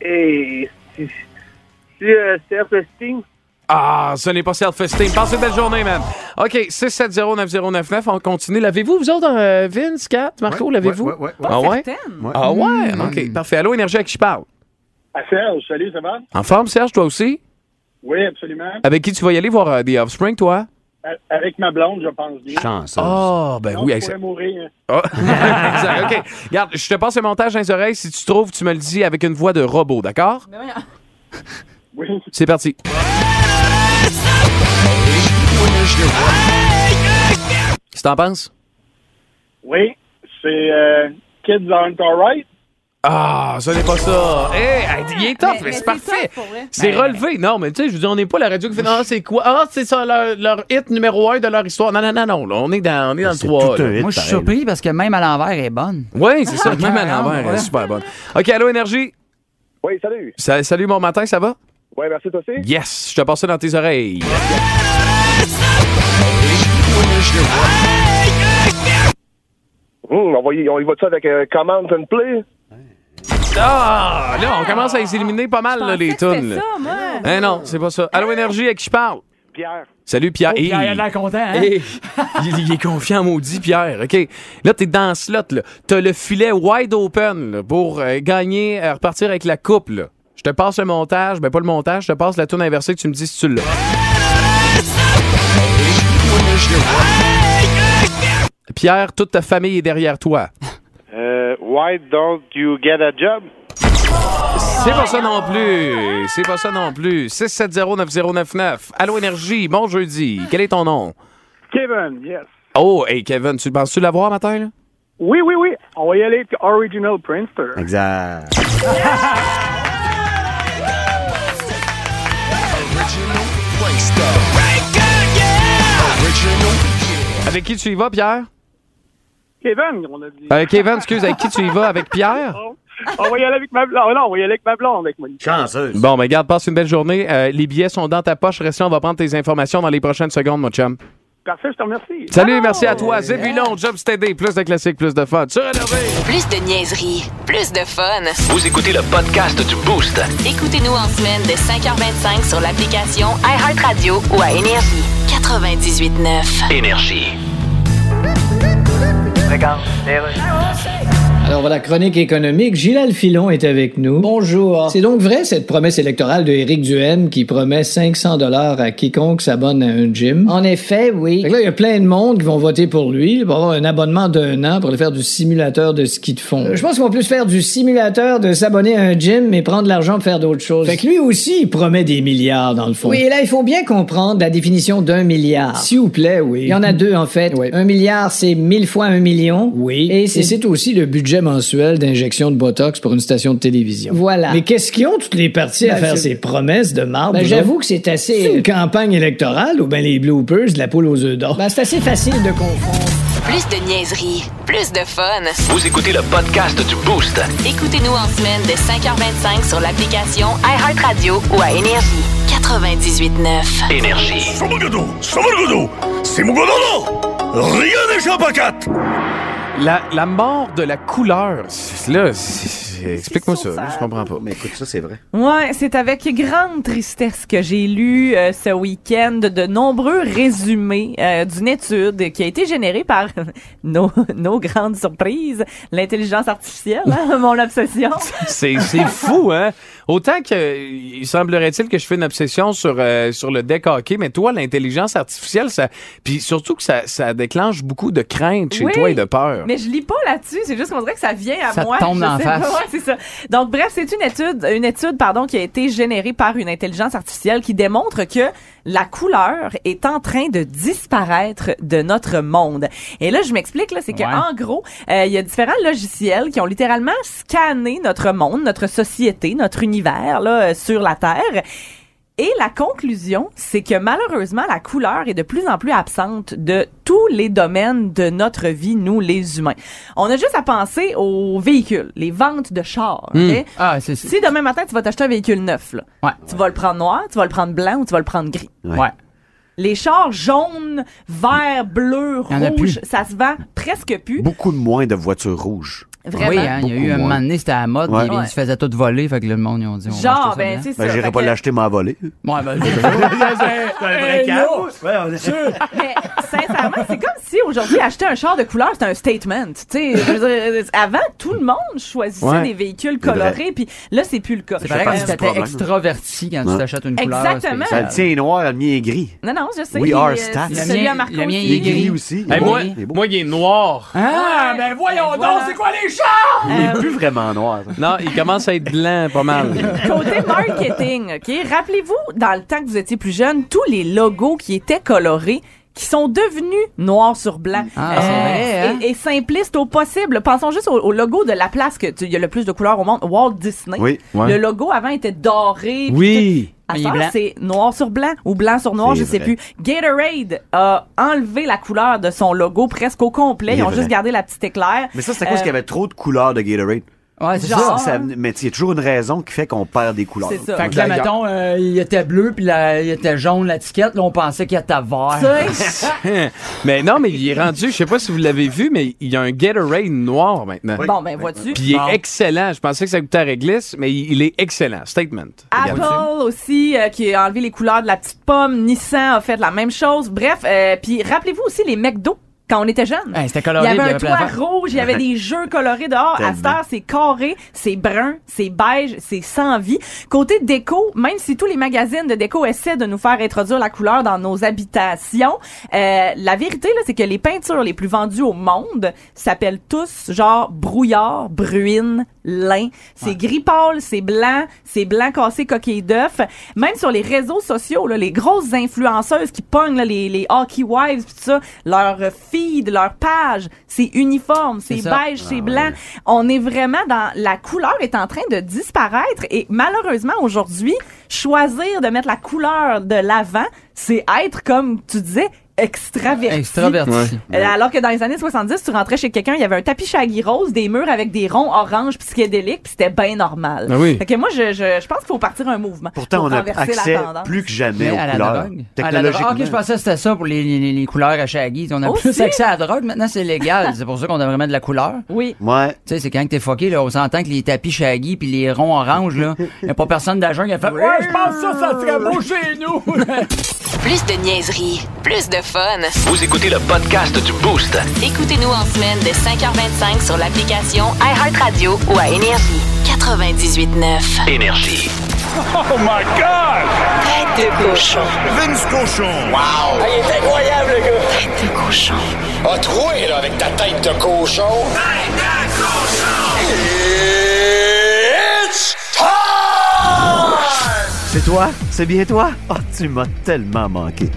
[SPEAKER 9] Et si, si euh, Self-Esteem,
[SPEAKER 3] Ah, ce n'est pas self-esteem. Passez une belle journée, man. OK, 6709099. On continue. L'avez-vous, vous autres, euh, Vince, Kat, Marco?
[SPEAKER 5] Ouais,
[SPEAKER 3] L'avez-vous?
[SPEAKER 5] ouais, ouais, ouais.
[SPEAKER 3] Ah ouais?
[SPEAKER 6] Certaines.
[SPEAKER 3] Ah ouais? OK, parfait. Allô, Énergie, à qui je parle?
[SPEAKER 9] À Ah, Serge, salut, ça va?
[SPEAKER 3] En forme, Serge, toi aussi?
[SPEAKER 9] Oui, absolument.
[SPEAKER 3] Avec qui tu vas y aller voir euh, The Offspring, toi?
[SPEAKER 9] A- Avec ma blonde, je pense bien.
[SPEAKER 5] Chanceuse.
[SPEAKER 3] Ah, ben
[SPEAKER 9] Non,
[SPEAKER 3] oui,
[SPEAKER 9] je
[SPEAKER 3] avec ça.
[SPEAKER 9] pourrais mourir.
[SPEAKER 3] Ah. Exact, OK. Regarde, je te passe le montage dans les oreilles. Si tu trouves, tu me le dis avec une voix de robot, d'accord?
[SPEAKER 6] Ben voyons.
[SPEAKER 9] Oui.
[SPEAKER 3] C'est parti. Qu'est-ce que t'en penses?
[SPEAKER 9] Oui, c'est euh, Kids Aren't Alright.
[SPEAKER 3] Ah, ce n'est pas ça. Eh, Hey, il est tough, mais,
[SPEAKER 6] Mais- mais
[SPEAKER 3] c'est parfait.
[SPEAKER 6] tough, pour vrai.
[SPEAKER 3] C'est relevé. Non, mais tu sais, je veux dire, on n'est pas la radio qui fait Ah, c'est quoi? Ah, c'est ça, leur, leur hit numéro un de leur histoire. Non, non, non, non. là, on est dans, on est dans le
[SPEAKER 5] C'est
[SPEAKER 3] 3.
[SPEAKER 5] tout un hit,
[SPEAKER 4] Moi, je suis
[SPEAKER 5] pareil.
[SPEAKER 4] surpris parce que même à l'envers, elle est bonne.
[SPEAKER 3] Oui, c'est ça.
[SPEAKER 6] Ah,
[SPEAKER 3] Même à l'envers, elle est super bonne. OK, allô, Énergie.
[SPEAKER 9] Oui, salut.
[SPEAKER 3] Ça- salut, bon matin, ça va?
[SPEAKER 9] Oui, merci, toi aussi.
[SPEAKER 3] Yes, je te passe ça dans tes oreilles.
[SPEAKER 9] on, va y, va avec euh, Command and Play?
[SPEAKER 3] Ah, là, on commence à les éliminer pas mal, là,
[SPEAKER 6] Pensais
[SPEAKER 3] les
[SPEAKER 6] que c'était
[SPEAKER 3] tunes. là.
[SPEAKER 6] ça, moi.
[SPEAKER 3] Hein, non, c'est pas ça. Allô, Énergie, à qui je parle?
[SPEAKER 9] Pierre.
[SPEAKER 3] Salut, Pierre. Hey.
[SPEAKER 4] Pierre, il a l'air content, hein?
[SPEAKER 3] Hey. il, il est confiant, maudit Pierre. OK. Là, t'es dans le slot. là. T'as le filet wide open là, pour euh, gagner, euh, repartir avec la coupe. là. Je te passe le montage, ben pas le montage, je te passe la tourne inversée que tu me dis si tu l'as. Pierre, toute ta famille est derrière toi.
[SPEAKER 9] Euh, why don't you get a job?
[SPEAKER 3] C'est pas ça non plus. C'est pas ça non plus. 6709099. Allô Énergie, bon jeudi. Quel est ton nom?
[SPEAKER 9] Kevin, yes.
[SPEAKER 3] Oh, hey Kevin, tu penses-tu l'avoir matin? Là?
[SPEAKER 9] Oui, oui, oui. On va y aller avec Original Princeton.
[SPEAKER 5] Exact.
[SPEAKER 3] Avec qui tu y vas, Pierre?
[SPEAKER 9] Kevin, on a dit.
[SPEAKER 3] Euh, Kevin, excuse, avec qui tu y vas? Avec Pierre?
[SPEAKER 9] On va y aller avec ma blonde. Non, on va y aller avec ma blonde, avec Monique.
[SPEAKER 5] Chanceuse.
[SPEAKER 3] Bon, ben garde, passe une belle journée. Euh, les billets sont dans ta poche. Reste là, on va prendre tes informations dans les prochaines secondes, mon chum.
[SPEAKER 9] Parfait, je te remercie.
[SPEAKER 3] Salut, merci à toi. Zébulon, Job Steady, plus de classiques, plus de fun. Sur Énergie.
[SPEAKER 1] Plus de niaiserie, plus de fun.
[SPEAKER 2] Vous écoutez le podcast du Boost.
[SPEAKER 1] Écoutez-nous en semaine de 5h25 sur l'application iHeartRadio ou à Énergie. 98.9.
[SPEAKER 2] Énergie.
[SPEAKER 8] Alors voilà, chronique économique, Gilles Alphilon est avec nous. Bonjour. C'est donc vrai cette promesse électorale de Éric Duhem qui promet 500 dollars à quiconque s'abonne à un gym? En effet, oui. là, il y a plein de monde qui vont voter pour lui. Il va avoir un abonnement d'un an pour aller faire du simulateur de ski de fond. Euh, je pense qu'ils vont plus faire du simulateur de s'abonner à un gym mais prendre l'argent pour faire d'autres choses. Fait que lui aussi, il promet des milliards dans le fond. Oui, et là, il faut bien comprendre la définition d'un milliard. S'il vous plaît, oui. Il y en a deux en fait. Un milliard, c'est mille fois un million. Oui. Et c'est c'est aussi le budget mensuel d'injection de Botox pour une station de télévision. Voilà. Mais qu'est-ce qu'ils ont toutes les parties à faire ces promesses de marbre? Ben, j'avoue que c'est assez... une campagne électorale ou ben les bloopers de la poule aux œufs d'or? Ben, c'est assez facile de confondre.
[SPEAKER 1] Plus de niaiserie, plus de fun.
[SPEAKER 2] Vous écoutez le podcast du Boost.
[SPEAKER 1] Écoutez-nous en semaine de 5h25 sur l'application iHeartRadio ou à Énergie. 98.9.
[SPEAKER 2] Énergie.
[SPEAKER 3] La, la mort de la couleur. C'est- Là, c'est- c'est- explique-moi ça. là, je comprends pas.
[SPEAKER 5] Mais écoute, ça, c'est vrai.
[SPEAKER 6] Ouais, c'est avec grande tristesse que j'ai lu euh, ce week-end de nombreux résumés euh, d'une étude qui a été générée par nos, nos grandes surprises, l'intelligence artificielle, hein, mon obsession.
[SPEAKER 3] C'est c'est fou, hein? Autant que euh, il semblerait-il que je fais une obsession sur, euh, sur le deck hockey, mais toi, l'intelligence artificielle, ça. Puis surtout que ça, ça déclenche beaucoup de crainte chez
[SPEAKER 6] Oui.
[SPEAKER 3] toi et de peur.
[SPEAKER 6] Mais je lis pas là-dessus, c'est juste qu'on dirait que ça vient à
[SPEAKER 4] Ça te
[SPEAKER 6] moi.
[SPEAKER 4] tombe
[SPEAKER 6] je
[SPEAKER 4] dans
[SPEAKER 6] sais
[SPEAKER 4] la face.
[SPEAKER 6] pas, ouais, c'est ça. Donc bref, c'est une étude, une étude pardon, qui a été générée par une intelligence artificielle qui démontre que la couleur est en train de disparaître de notre monde. Et là, je m'explique là, c'est que
[SPEAKER 4] Ouais.
[SPEAKER 6] en gros, euh, il y a différents logiciels qui ont littéralement scanné notre monde, notre société, notre univers là euh, sur la Terre. Et la conclusion, c'est que malheureusement, la couleur est de plus en plus absente de tous les domaines de notre vie, nous les humains. On a juste à penser aux véhicules, les ventes de chars. ok?
[SPEAKER 4] Ah, c'est... c'est-
[SPEAKER 6] Si demain matin, tu vas t'acheter un véhicule neuf, là,
[SPEAKER 4] Ouais.
[SPEAKER 6] tu vas le prendre noir, tu vas le prendre blanc ou tu vas le prendre gris.
[SPEAKER 4] Ouais.
[SPEAKER 6] Les chars jaunes, verts, bleus,
[SPEAKER 4] Y en a
[SPEAKER 6] rouges, ça se vend presque plus.
[SPEAKER 5] Beaucoup moins de voitures rouges.
[SPEAKER 6] Vraiment.
[SPEAKER 4] Oui, hein, il y a eu
[SPEAKER 5] Beaucoup
[SPEAKER 4] un
[SPEAKER 5] moins.
[SPEAKER 4] moment donné, c'était à la mode,
[SPEAKER 5] Ouais.
[SPEAKER 4] puis ils
[SPEAKER 6] Ouais.
[SPEAKER 4] se faisaient tout voler, fait que le monde, ils ont dit. on va
[SPEAKER 6] Genre,
[SPEAKER 4] acheter ça
[SPEAKER 6] ben,
[SPEAKER 4] blanc.
[SPEAKER 6] c'est ça.
[SPEAKER 5] Ben, j'irai
[SPEAKER 6] Fait
[SPEAKER 5] pas
[SPEAKER 6] que-
[SPEAKER 5] l'acheter, m'en voler.
[SPEAKER 4] Ouais, ben, c'est un vrai
[SPEAKER 6] Mais sincèrement, c'est comme si aujourd'hui acheter un char de couleur, c'est un statement. Tu sais, je veux dire, euh, avant tout le monde choisissait
[SPEAKER 5] Ouais.
[SPEAKER 6] des véhicules
[SPEAKER 5] C'est vrai.
[SPEAKER 6] colorés, puis là c'est plus le cas. Euh,
[SPEAKER 4] C'est pareil
[SPEAKER 5] partie
[SPEAKER 4] comme
[SPEAKER 5] du
[SPEAKER 4] si t'étais
[SPEAKER 5] problème.
[SPEAKER 4] extraverti quand tu
[SPEAKER 5] Ouais.
[SPEAKER 4] t'achètes une couleur.
[SPEAKER 6] Exactement.
[SPEAKER 5] Ça, Ah, le tien
[SPEAKER 4] spéciale.
[SPEAKER 5] est noir, le mien est gris.
[SPEAKER 6] Non, non, je sais.
[SPEAKER 5] We
[SPEAKER 6] il-
[SPEAKER 5] are
[SPEAKER 6] euh,
[SPEAKER 5] stats.
[SPEAKER 6] c'est
[SPEAKER 4] Le
[SPEAKER 6] Celui
[SPEAKER 4] mien-
[SPEAKER 6] à Marco
[SPEAKER 4] le mien,
[SPEAKER 6] aussi.
[SPEAKER 5] Il est
[SPEAKER 4] Il est
[SPEAKER 5] gris
[SPEAKER 4] gris.
[SPEAKER 5] aussi.
[SPEAKER 3] Hey, moi,
[SPEAKER 5] il est beau.
[SPEAKER 3] moi, il est noir.
[SPEAKER 4] Ah, ben voyons donc, c'est quoi les chars?
[SPEAKER 5] Il est plus vraiment noir. ça.
[SPEAKER 3] Non, il commence à être blanc, pas mal.
[SPEAKER 6] Côté marketing, OK? Rappelez-vous, dans le temps que vous étiez plus jeune, tous les logos qui étaient colorés qui sont devenus noir sur blanc Euh,
[SPEAKER 4] Ah, c'est vrai, hein?
[SPEAKER 6] et, et simplistes au possible. Pensons juste au, au logo de la place que tu- il y a le plus de couleurs au monde, Walt Disney.
[SPEAKER 5] Oui, ouais.
[SPEAKER 6] Le logo avant était doré. puis
[SPEAKER 3] Oui.
[SPEAKER 6] À
[SPEAKER 4] Mais il est
[SPEAKER 6] ce
[SPEAKER 4] blanc.
[SPEAKER 6] temps, c'est noir sur blanc ou blanc sur noir,
[SPEAKER 5] C'est
[SPEAKER 6] je sais
[SPEAKER 5] vrai.
[SPEAKER 6] plus. Gatorade a enlevé la couleur de son logo presque au complet.
[SPEAKER 5] Il est
[SPEAKER 6] Ils ont
[SPEAKER 5] vrai.
[SPEAKER 6] juste gardé la petite éclair.
[SPEAKER 5] Mais ça, c'est à cause
[SPEAKER 6] Euh,
[SPEAKER 5] qu'il y avait trop de couleurs de Gatorade.
[SPEAKER 4] Ouais, c'est
[SPEAKER 6] Ah!
[SPEAKER 4] ça.
[SPEAKER 6] Genre.
[SPEAKER 5] Ça, ça- mais il y a toujours une raison qui fait qu'on perd des couleurs.
[SPEAKER 6] C'est ça.
[SPEAKER 4] Fait que là, mettons, euh, il était bleu, puis là, il était jaune, l'étiquette. Là, on pensait qu'il était vert.
[SPEAKER 3] mais non, mais il est rendu, je sais pas si vous l'avez vu, mais il y a un Gatorade noir maintenant.
[SPEAKER 6] Bon, ben, vois-tu.
[SPEAKER 3] Puis il
[SPEAKER 4] Bon.
[SPEAKER 3] est excellent. Je pensais que ça coûtait à réglisse, mais il il est excellent. Statement.
[SPEAKER 6] Apple aussi, euh, qui a enlevé les couleurs de la petite pomme. Nissan a fait la même chose. Bref, euh, puis rappelez-vous aussi les McDo quand on était jeunes.
[SPEAKER 4] Hey, c'était
[SPEAKER 6] il y
[SPEAKER 4] coloré,
[SPEAKER 6] avait
[SPEAKER 4] puis
[SPEAKER 6] un
[SPEAKER 4] plein
[SPEAKER 6] toit
[SPEAKER 4] d'affaires.
[SPEAKER 6] rouge, il y avait des jeux colorés dehors. À cette
[SPEAKER 5] Tellement.
[SPEAKER 6] heure, c'est carré, c'est brun, c'est beige, c'est sans vie. Côté déco, même si tous les magazines de déco essaient de nous faire introduire la couleur dans nos habitations, euh, la vérité, là, c'est que les peintures les plus vendues au monde s'appellent tous genre brouillard, bruine, lin. C'est gris pâle, c'est blanc, c'est blanc cassé coquille d'œuf. Même sur les réseaux sociaux, là, les grosses influenceuses qui pognent là, les, les hockey wives, pis tout ça, leur euh, feed, leur page, c'est uniforme, c'est Ah
[SPEAKER 4] ça.
[SPEAKER 6] beige, c'est blanc. On est vraiment dans la couleur est en train de disparaître et malheureusement aujourd'hui, choisir de mettre la couleur de l'avant, c'est être comme tu disais extraverti.
[SPEAKER 4] Extraverti.
[SPEAKER 6] Euh, Alors que dans les années 70, tu rentrais chez quelqu'un, il y avait un tapis shaggy rose, des murs avec des ronds orange psychédéliques, puis c'était bien normal.
[SPEAKER 3] Ah oui.
[SPEAKER 6] Fait que moi, je, je, je pense qu'il faut partir un mouvement.
[SPEAKER 5] Pourtant,
[SPEAKER 6] pour
[SPEAKER 5] on a
[SPEAKER 6] renverser
[SPEAKER 5] accès
[SPEAKER 6] la tendance.
[SPEAKER 5] plus que jamais
[SPEAKER 4] Mais à
[SPEAKER 5] aux
[SPEAKER 4] la
[SPEAKER 5] couleurs.
[SPEAKER 4] drogue. À la drogue.
[SPEAKER 5] Technologiquement.
[SPEAKER 4] Ah, ok, je pensais que c'était ça pour les, les- les- les couleurs à Shaggy. On a
[SPEAKER 6] Aussi.
[SPEAKER 4] plus accès à la drogue. Maintenant, c'est légal. c'est pour ça qu'on devrait mettre de la couleur.
[SPEAKER 6] Oui.
[SPEAKER 5] Ouais.
[SPEAKER 4] Tu sais, c'est quand que t'es fucké, là, on s'entend que les tapis Shaggy puis les ronds orange, là, y a pas personne d'agent qui a fait « Ouais, je pense que ça, ça serait beau chez nous!
[SPEAKER 1] Plus de niaiserie, plus de fun.
[SPEAKER 2] Vous écoutez le podcast du Boost.
[SPEAKER 1] Écoutez-nous en semaine de 5h25 sur l'application iHeartRadio ou à Énergie. 98.9.
[SPEAKER 2] Énergie.
[SPEAKER 1] Tête de cochon.
[SPEAKER 10] Vince Cochon. Wow!
[SPEAKER 11] Il est incroyable, le gars!
[SPEAKER 1] Tête de cochon.
[SPEAKER 10] A troué, Ah, là, avec ta tête de cochon. Tête de cochon! It's time!
[SPEAKER 5] C'est toi? C'est bien toi? Ah, tu m'as tellement manqué.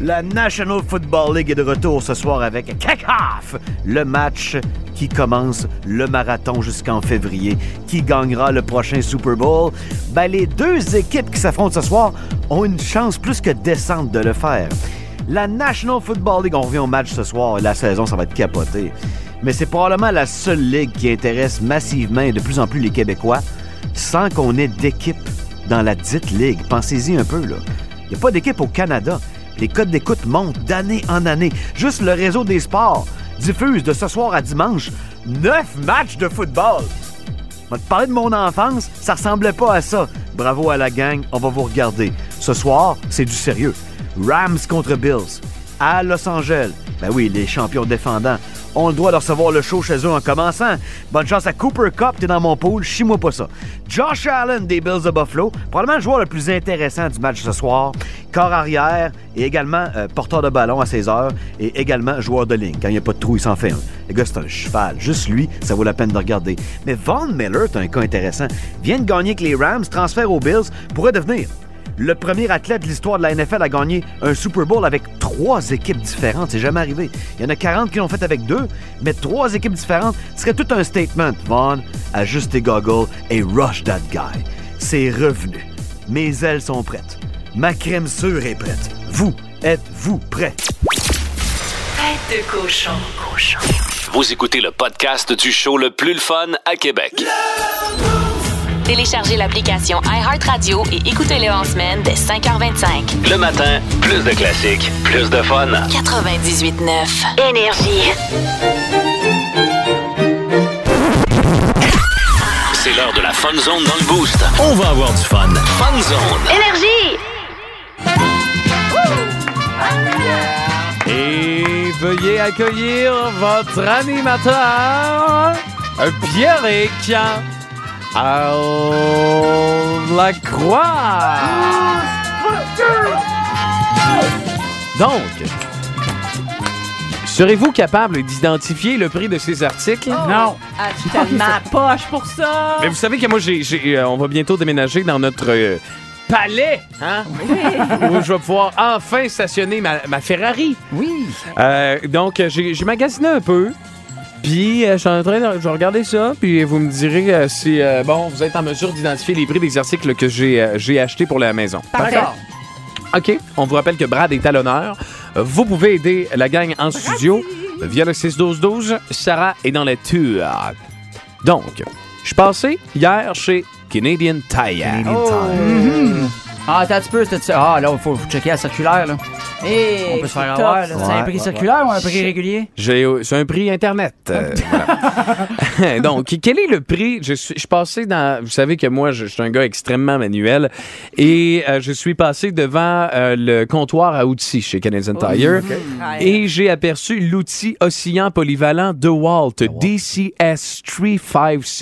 [SPEAKER 5] La National Football League est de retour ce soir avec Kick-Off, le match qui commence le marathon jusqu'en février. Qui gagnera le prochain Super Bowl? Ben, les deux équipes qui s'affrontent ce soir ont une chance plus que décente de le faire. La National Football League, on revient au match ce soir et la saison, ça va être capotée. Mais c'est probablement la seule ligue qui intéresse massivement et de plus en plus les Québécois sans qu'on ait d'équipe dans la dite ligue. Pensez-y un peu, là. Il n'y a pas d'équipe au Canada. Les codes d'écoute montent d'année en année. Juste le réseau des sports diffuse de ce soir à dimanche neuf matchs de football. Je vais te parler de mon enfance, ça ressemblait pas à ça. Bravo à la gang, on va vous regarder. Ce soir, c'est du sérieux. Rams contre Bills. À Los Angeles. Ben oui, les champions défendants. On le doit leur recevoir le show chez eux en commençant. Bonne chance à Cooper Cup, t'es dans mon pool, chie-moi pas ça. Josh Allen des Bills de Buffalo, probablement le joueur le plus intéressant du match ce soir. Corps arrière et également euh, porteur de ballon à 16 heures et également joueur de ligne. Quand il n'y a pas de trou, il s'en fait un. Le gars, c'est un cheval. Juste lui, ça vaut la peine de regarder. Mais Von Miller, c'est un cas intéressant. Vient de gagner avec les Rams, transfert aux Bills, pourrait devenir le premier athlète de l'histoire de la NFL à gagner un Super Bowl avec trois équipes différentes. C'est jamais arrivé. Il y en a 40 qui l'ont fait avec deux, mais trois équipes différentes ce serait tout un statement. Vaughn, ajuste tes goggles et rush that guy. C'est revenu. Mes ailes sont prêtes. Ma crème sûre est prête. Vous, êtes-vous prêts?
[SPEAKER 1] Tête de cochon. Cochon.
[SPEAKER 2] Vous écoutez le podcast du show le plus le fun à Québec.
[SPEAKER 1] Téléchargez l'application iHeartRadio et écoutez-le en semaine dès 5h25.
[SPEAKER 2] Le matin, plus de classiques, plus de fun.
[SPEAKER 1] 98.9. Énergie.
[SPEAKER 2] Fun Zone dans le boost. On va avoir du fun. Fun Zone.
[SPEAKER 1] Énergie!
[SPEAKER 3] Et veuillez accueillir votre animateur, Pierrick la croix. Donc, serez-vous capable d'identifier le prix de ces articles?
[SPEAKER 4] Non.
[SPEAKER 6] Ah, je suis tellement poche pour ça.
[SPEAKER 3] Mais vous savez que moi, j'ai, j'ai- euh, on va bientôt déménager dans notre euh, palais, hein? où je vais pouvoir enfin stationner ma, ma Ferrari.
[SPEAKER 4] Oui.
[SPEAKER 3] Euh, donc, euh, j'ai, j'ai magasiné un peu. Puis, euh, je suis en train de je vais regarder ça. Puis, vous me direz euh, si, euh, bon, vous êtes en mesure d'identifier les prix des articles que j'ai, euh, j'ai achetés pour la maison.
[SPEAKER 6] Parfait.
[SPEAKER 4] D'accord.
[SPEAKER 3] OK. On vous rappelle que Brad est à l'honneur. Euh, Vous pouvez aider la gang en studio via le 6-12-12. Sarah est dans la tour. Donc, je passais hier chez Canadian Tire.
[SPEAKER 4] Ah, attends un petit peu, c'était Ah, là, il faut, faut checker la circulaire, là.
[SPEAKER 6] Et
[SPEAKER 4] On peut se faire avoir, là. C'est un
[SPEAKER 5] Ouais,
[SPEAKER 4] prix
[SPEAKER 5] ouais,
[SPEAKER 4] circulaire ou un prix régulier?
[SPEAKER 3] J'ai- C'est un prix Internet. euh, voilà. Donc, quel est le prix? Je suis, je passais dans. Vous savez que moi, je, je suis un gars extrêmement manuel. Et euh, je suis passé devant euh, le comptoir à outils chez Canadian Tire. Et j'ai aperçu l'outil oscillant polyvalent DeWalt DCS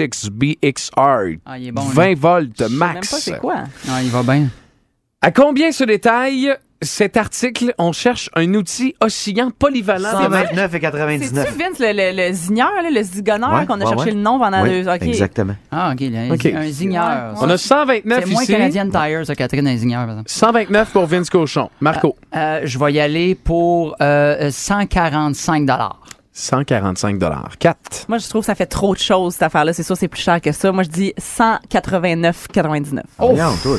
[SPEAKER 3] 356BXR.
[SPEAKER 4] Ah, il est bon, lui.
[SPEAKER 3] 20 volts
[SPEAKER 6] Je sais même pas
[SPEAKER 3] max.
[SPEAKER 6] c'est quoi.
[SPEAKER 4] Ah, il va bien.
[SPEAKER 3] À combien se détaille cet article? On cherche un outil oscillant polyvalent.
[SPEAKER 6] C'est-tu
[SPEAKER 5] 129,99.
[SPEAKER 6] Vince, le, le, le zigneur, là, le zigonneur
[SPEAKER 5] Ouais,
[SPEAKER 6] qu'on a
[SPEAKER 5] ouais,
[SPEAKER 6] cherché
[SPEAKER 5] ouais.
[SPEAKER 6] le nom pendant
[SPEAKER 5] Oui,
[SPEAKER 6] deux OK.
[SPEAKER 5] Exactement.
[SPEAKER 4] Ah, OK, il a un,
[SPEAKER 3] Ok.
[SPEAKER 4] zi- un zigneur.
[SPEAKER 3] On a
[SPEAKER 4] C'est
[SPEAKER 3] 129
[SPEAKER 4] moins
[SPEAKER 3] ici.
[SPEAKER 4] Canadian Tire, ça, Catherine, un zigneur, par exemple.
[SPEAKER 3] 129 pour Vince Cochon. Marco,
[SPEAKER 4] Euh, je vais y aller pour euh, 145
[SPEAKER 3] 145 dollars. 4.
[SPEAKER 6] Moi, je trouve que ça fait trop de choses, cette affaire-là. C'est sûr, c'est plus cher que ça. Moi, je dis 189,99.
[SPEAKER 3] Oh.
[SPEAKER 5] Voyons, toi.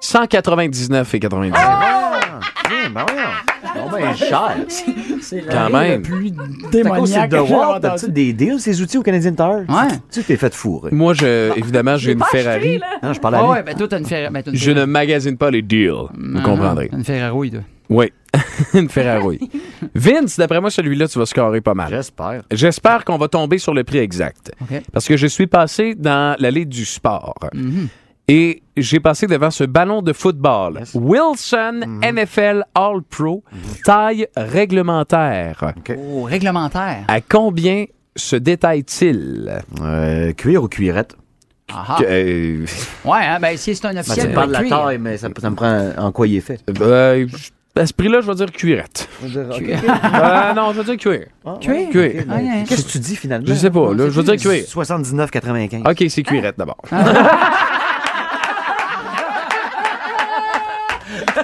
[SPEAKER 3] 199 et 99.
[SPEAKER 5] Tiens, ben voyons. Bon, ben, cher.
[SPEAKER 3] Quand même.
[SPEAKER 5] C'est à cause de DeWalt. T'as-tu des deals, ces outils au Canadian Tire?
[SPEAKER 4] Ouais.
[SPEAKER 5] Tu t'es fait fourrer.
[SPEAKER 3] Moi, je, évidemment, j'ai une
[SPEAKER 6] pas
[SPEAKER 3] Ferrari.
[SPEAKER 6] acheté, là.
[SPEAKER 5] Non, je parle à
[SPEAKER 4] Ah
[SPEAKER 5] lui.
[SPEAKER 4] ouais, ben toi, t'as une Ferrari. Ben, t'as une
[SPEAKER 3] Je ne
[SPEAKER 4] Ferrari.
[SPEAKER 3] magasine pas les deals. Vous
[SPEAKER 4] Ah,
[SPEAKER 3] comprendrez.
[SPEAKER 4] Une Ferrari, toi.
[SPEAKER 3] Oui. une Ferrari. Vince, d'après moi, celui-là, tu vas scorer pas mal.
[SPEAKER 5] J'espère.
[SPEAKER 3] J'espère qu'on va tomber sur le prix exact.
[SPEAKER 4] OK.
[SPEAKER 3] Parce que je suis passé dans l'allée du sport. Et j'ai passé devant ce ballon de football.
[SPEAKER 5] Yes.
[SPEAKER 3] Wilson NFL All Pro, taille réglementaire.
[SPEAKER 4] Au Oh, réglementaire.
[SPEAKER 3] À combien se détaille-t-il?
[SPEAKER 5] Euh, cuir ou cuirette?
[SPEAKER 4] Ah, ah.
[SPEAKER 3] Que- euh,
[SPEAKER 4] Ouais, hein, ben si c'est un
[SPEAKER 5] Ça
[SPEAKER 4] officiel,
[SPEAKER 5] dépend Ah, de la
[SPEAKER 4] cuir.
[SPEAKER 5] taille, mais ça, ça me prend en quoi il est fait.
[SPEAKER 3] euh, à ce prix-là, je vais dire cuirette.
[SPEAKER 5] Ah,
[SPEAKER 3] Euh, non, je vais dire cuir.
[SPEAKER 4] Cuir?
[SPEAKER 3] Cuir.
[SPEAKER 4] Ah, ouais.
[SPEAKER 5] ben, Qu'est-ce que tu dis finalement?
[SPEAKER 3] Je sais pas, là, je vais dire cuir.
[SPEAKER 5] 79,95.
[SPEAKER 3] OK, c'est cuirette d'abord. Ah,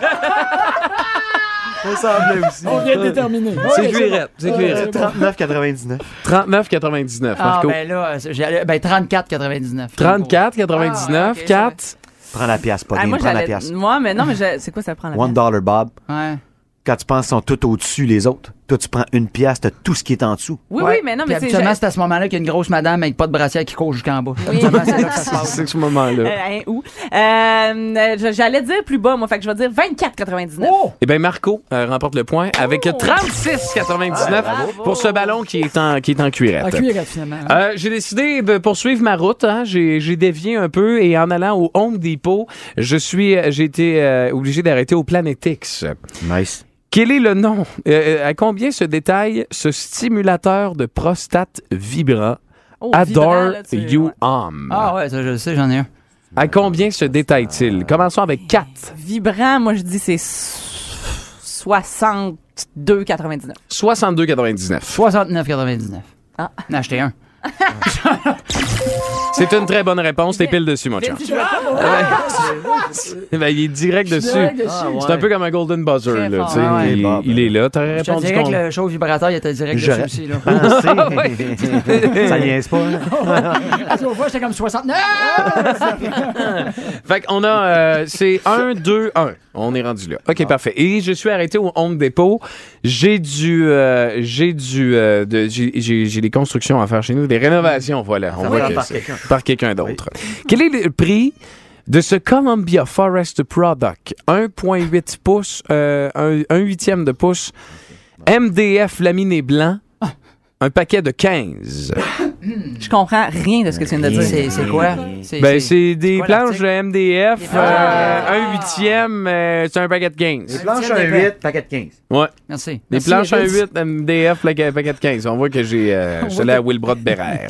[SPEAKER 5] Ça semblait aussi. On vient de déterminer.
[SPEAKER 3] C'est cuirette, c'est cuirette.
[SPEAKER 5] 39,99.
[SPEAKER 3] 39,99,
[SPEAKER 4] Ah,
[SPEAKER 3] Marco.
[SPEAKER 4] ben là, c'est- j'ai- ben 34,99.
[SPEAKER 3] 34,99,
[SPEAKER 4] Ah, ouais, ok,
[SPEAKER 3] 4.
[SPEAKER 5] Prends la pièce, pas
[SPEAKER 6] Ah,
[SPEAKER 5] game,
[SPEAKER 6] moi,
[SPEAKER 5] prends la
[SPEAKER 6] j'allais.
[SPEAKER 5] pièce.
[SPEAKER 6] Moi, mais non, mais je- c'est quoi ça prend la
[SPEAKER 5] One
[SPEAKER 6] pièce?
[SPEAKER 5] dollar, Bob.
[SPEAKER 4] Ouais.
[SPEAKER 5] Quand tu penses qu'ils sont tout au-dessus les autres, toi, tu prends une pièce, t'as tout ce qui est en dessous.
[SPEAKER 6] Oui,
[SPEAKER 4] Ouais.
[SPEAKER 6] oui, mais non,
[SPEAKER 4] Puis
[SPEAKER 6] mais c'est.
[SPEAKER 4] Habituellement, c'est à ce moment-là qu'il y a une grosse madame avec pas de brassière qui court jusqu'en bas. Habituellement, c'est là que ça se passe.
[SPEAKER 3] C'est ce moment-là.
[SPEAKER 6] euh, hein, où? Euh, euh, je- J'allais dire plus bas, moi. Fait que je vais dire 24,99.
[SPEAKER 3] Eh bien, Marco euh, remporte le point avec 36,99 pour ce ballon qui est en, qui est en
[SPEAKER 4] Ah,
[SPEAKER 3] cuirette.
[SPEAKER 4] cuir, finalement.
[SPEAKER 3] Euh, j'ai décidé de poursuivre ma route. hein. J'ai, j'ai dévié un peu et en allant au Home Depot, je suis, j'ai été euh, obligé d'arrêter au Planetix.
[SPEAKER 5] Nice.
[SPEAKER 3] Quel est le nom? Euh, euh, à combien se détaille ce stimulateur de prostate vibrant?
[SPEAKER 6] Oh, vibrant,
[SPEAKER 3] Adore
[SPEAKER 6] là, tu-
[SPEAKER 3] You
[SPEAKER 6] ouais.
[SPEAKER 3] Arm.
[SPEAKER 4] Ah ouais, ça, je le sais, j'en ai un.
[SPEAKER 3] À combien se détaille-t-il? Commençons avec 4.
[SPEAKER 6] Vibrant, moi, je dis c'est so- 62,99.
[SPEAKER 3] 62,99.
[SPEAKER 4] 69,99.
[SPEAKER 6] Ah.
[SPEAKER 4] En acheter un.
[SPEAKER 3] C'est une très bonne réponse. T'es pile dessus, mon chum.
[SPEAKER 6] Je veux pas-
[SPEAKER 3] Ben, il est direct dessus. C'est un peu comme un golden buzzer.
[SPEAKER 6] Très
[SPEAKER 3] Là,
[SPEAKER 6] fort.
[SPEAKER 3] tu sais.
[SPEAKER 5] Ah ouais.
[SPEAKER 3] il,
[SPEAKER 5] Bob.
[SPEAKER 3] il est là. T'aurais
[SPEAKER 4] Je te
[SPEAKER 3] répondu
[SPEAKER 4] dirais que
[SPEAKER 3] con-
[SPEAKER 4] le show vibrateur, il était direct dessus
[SPEAKER 5] J'aurais-
[SPEAKER 4] aussi. Là.
[SPEAKER 5] Ah, c'est- ça niaise pas. hein?
[SPEAKER 4] On voit, j'étais comme 69!
[SPEAKER 3] Fait qu'on a. euh, c'est 1, 2, 1. On est rendu là. OK, parfait. Et je suis arrêté au Home Depot. J'ai du. euh, j'ai du. euh, de- j'ai- j'ai j'ai des constructions à faire chez nous, des rénovations, voilà. On
[SPEAKER 5] va
[SPEAKER 3] voit
[SPEAKER 5] faire
[SPEAKER 3] que
[SPEAKER 5] par
[SPEAKER 3] c'est-
[SPEAKER 5] quelqu'un.
[SPEAKER 3] par quelqu'un d'autre. Quel est le prix de ce Columbia Forest Product 1,8
[SPEAKER 5] Ah.
[SPEAKER 3] pouces, euh, un, un huitième de pouce, MDF laminé blanc un paquet de 15.
[SPEAKER 6] Je comprends rien de ce que tu viens de dire.
[SPEAKER 4] C'est c'est quoi? C'est-
[SPEAKER 3] Ben, c'est des
[SPEAKER 4] quoi
[SPEAKER 3] planches
[SPEAKER 4] l'article?
[SPEAKER 3] de MDF,
[SPEAKER 4] planches de
[SPEAKER 3] euh,
[SPEAKER 4] MDF.
[SPEAKER 3] un huitième, euh, c'est un paquet de 15.
[SPEAKER 5] Planche un 8, paquet de 15.
[SPEAKER 3] Ouais.
[SPEAKER 4] Merci.
[SPEAKER 3] Des
[SPEAKER 4] Merci,
[SPEAKER 3] planches à
[SPEAKER 4] Eric.
[SPEAKER 3] 8, MDF, paquet paquet de 15. On voit que j'ai. Euh, je suis allé à Wilbrod Bérère.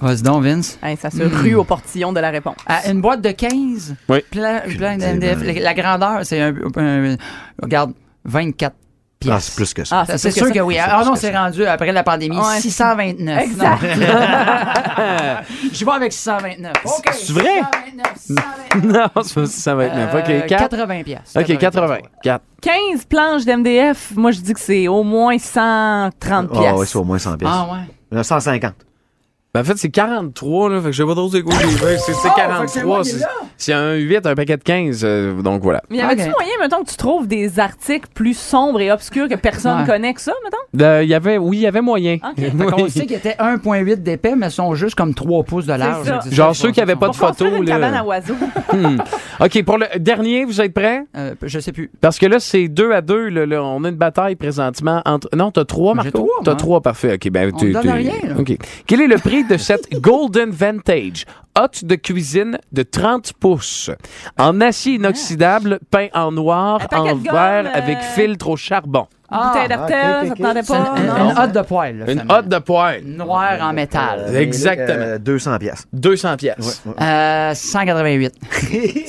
[SPEAKER 4] Vas-y donc, Vince.
[SPEAKER 6] Hey, hein, ça se rue au portillon de la réponse.
[SPEAKER 4] À une boîte de 15?
[SPEAKER 3] Oui.
[SPEAKER 4] Plein, plein de MDF. La, la grandeur, c'est un, un- Regarde, 24 pièces.
[SPEAKER 5] Ah, c'est plus que ça.
[SPEAKER 6] Ah,
[SPEAKER 4] Ça, c'est sûr que, oui. Ah non, c'est rendu après la pandémie,
[SPEAKER 6] Ouais.
[SPEAKER 4] 629.
[SPEAKER 6] Exact.
[SPEAKER 4] Non. Je vais avec 629. OK.
[SPEAKER 3] C'est vrai?
[SPEAKER 4] 629, 629.
[SPEAKER 3] non, c'est pas 629.
[SPEAKER 4] Euh,
[SPEAKER 3] OK, 4.
[SPEAKER 4] 80 pièces.
[SPEAKER 3] OK, 80. 4.
[SPEAKER 6] 15 planches d'MDF, moi je dis que c'est au moins 130
[SPEAKER 5] Ah
[SPEAKER 6] pièces.
[SPEAKER 5] ouais, c'est au moins 100 pièces.
[SPEAKER 4] Ah ouais.
[SPEAKER 5] Euh, 150.
[SPEAKER 3] Ben, en fait, c'est 43, là. Fait que je sais pas trop c'est quoi j'ai Oh, fait. C'est c'est 43. c'est- C'est un 8, un paquet de 15. euh, donc voilà.
[SPEAKER 6] Mais y avait-tu
[SPEAKER 4] Ok.
[SPEAKER 6] moyen, mettons, que tu trouves des articles plus sombres et obscurs que personne
[SPEAKER 4] Ouais.
[SPEAKER 6] connaît que ça, mettons?
[SPEAKER 3] Euh, il y avait, oui, il y avait moyen.
[SPEAKER 6] Ok.
[SPEAKER 3] Oui.
[SPEAKER 4] Fait qu'on sait qu'il était 1,8 d'épais, mais sont juste comme 3 pouces de large.
[SPEAKER 6] ça.
[SPEAKER 4] C'est
[SPEAKER 3] Genre
[SPEAKER 4] ça,
[SPEAKER 3] ceux
[SPEAKER 4] je
[SPEAKER 3] qui avaient
[SPEAKER 4] pense.
[SPEAKER 3] pas de
[SPEAKER 6] Pour construire
[SPEAKER 3] photos,
[SPEAKER 6] une
[SPEAKER 3] là.
[SPEAKER 6] cabane à oiseaux.
[SPEAKER 3] Hmm. OK, pour le dernier, vous êtes prêts?
[SPEAKER 4] Euh, je sais plus.
[SPEAKER 3] Parce que là, c'est 2 à 2. Là, là. on a une bataille présentement entre. Non, t'as 3,
[SPEAKER 4] J'ai
[SPEAKER 3] Marco?
[SPEAKER 4] trois,
[SPEAKER 3] T'as
[SPEAKER 4] moi.
[SPEAKER 3] 3, parfait. OK, ben,
[SPEAKER 4] On
[SPEAKER 3] tu.
[SPEAKER 4] donne
[SPEAKER 3] tu-
[SPEAKER 4] rien, là.
[SPEAKER 3] OK. Quel est le prix de cette Golden Vantage, hotte de cuisine de 30 pouces, en acier
[SPEAKER 4] Ah,
[SPEAKER 3] inoxydable, peint en noir,
[SPEAKER 6] Un paquet
[SPEAKER 3] en
[SPEAKER 6] de gomme,
[SPEAKER 3] vert,
[SPEAKER 6] euh,
[SPEAKER 3] avec filtre au charbon?
[SPEAKER 4] Ah,
[SPEAKER 6] Bouteille d'hôtel,
[SPEAKER 5] ok, ok,
[SPEAKER 6] ça te
[SPEAKER 5] ok.
[SPEAKER 6] tendait
[SPEAKER 4] C'est
[SPEAKER 6] pas?
[SPEAKER 4] une,
[SPEAKER 6] non?
[SPEAKER 4] Euh, une hotte de poêle. là,
[SPEAKER 3] Une
[SPEAKER 4] finalement.
[SPEAKER 3] hotte de
[SPEAKER 4] Mm.
[SPEAKER 3] poêle,
[SPEAKER 4] Noire en métal.
[SPEAKER 3] Exactement.
[SPEAKER 5] Euh, 200 pièces.
[SPEAKER 3] 200 pièces.
[SPEAKER 4] Euh, 188.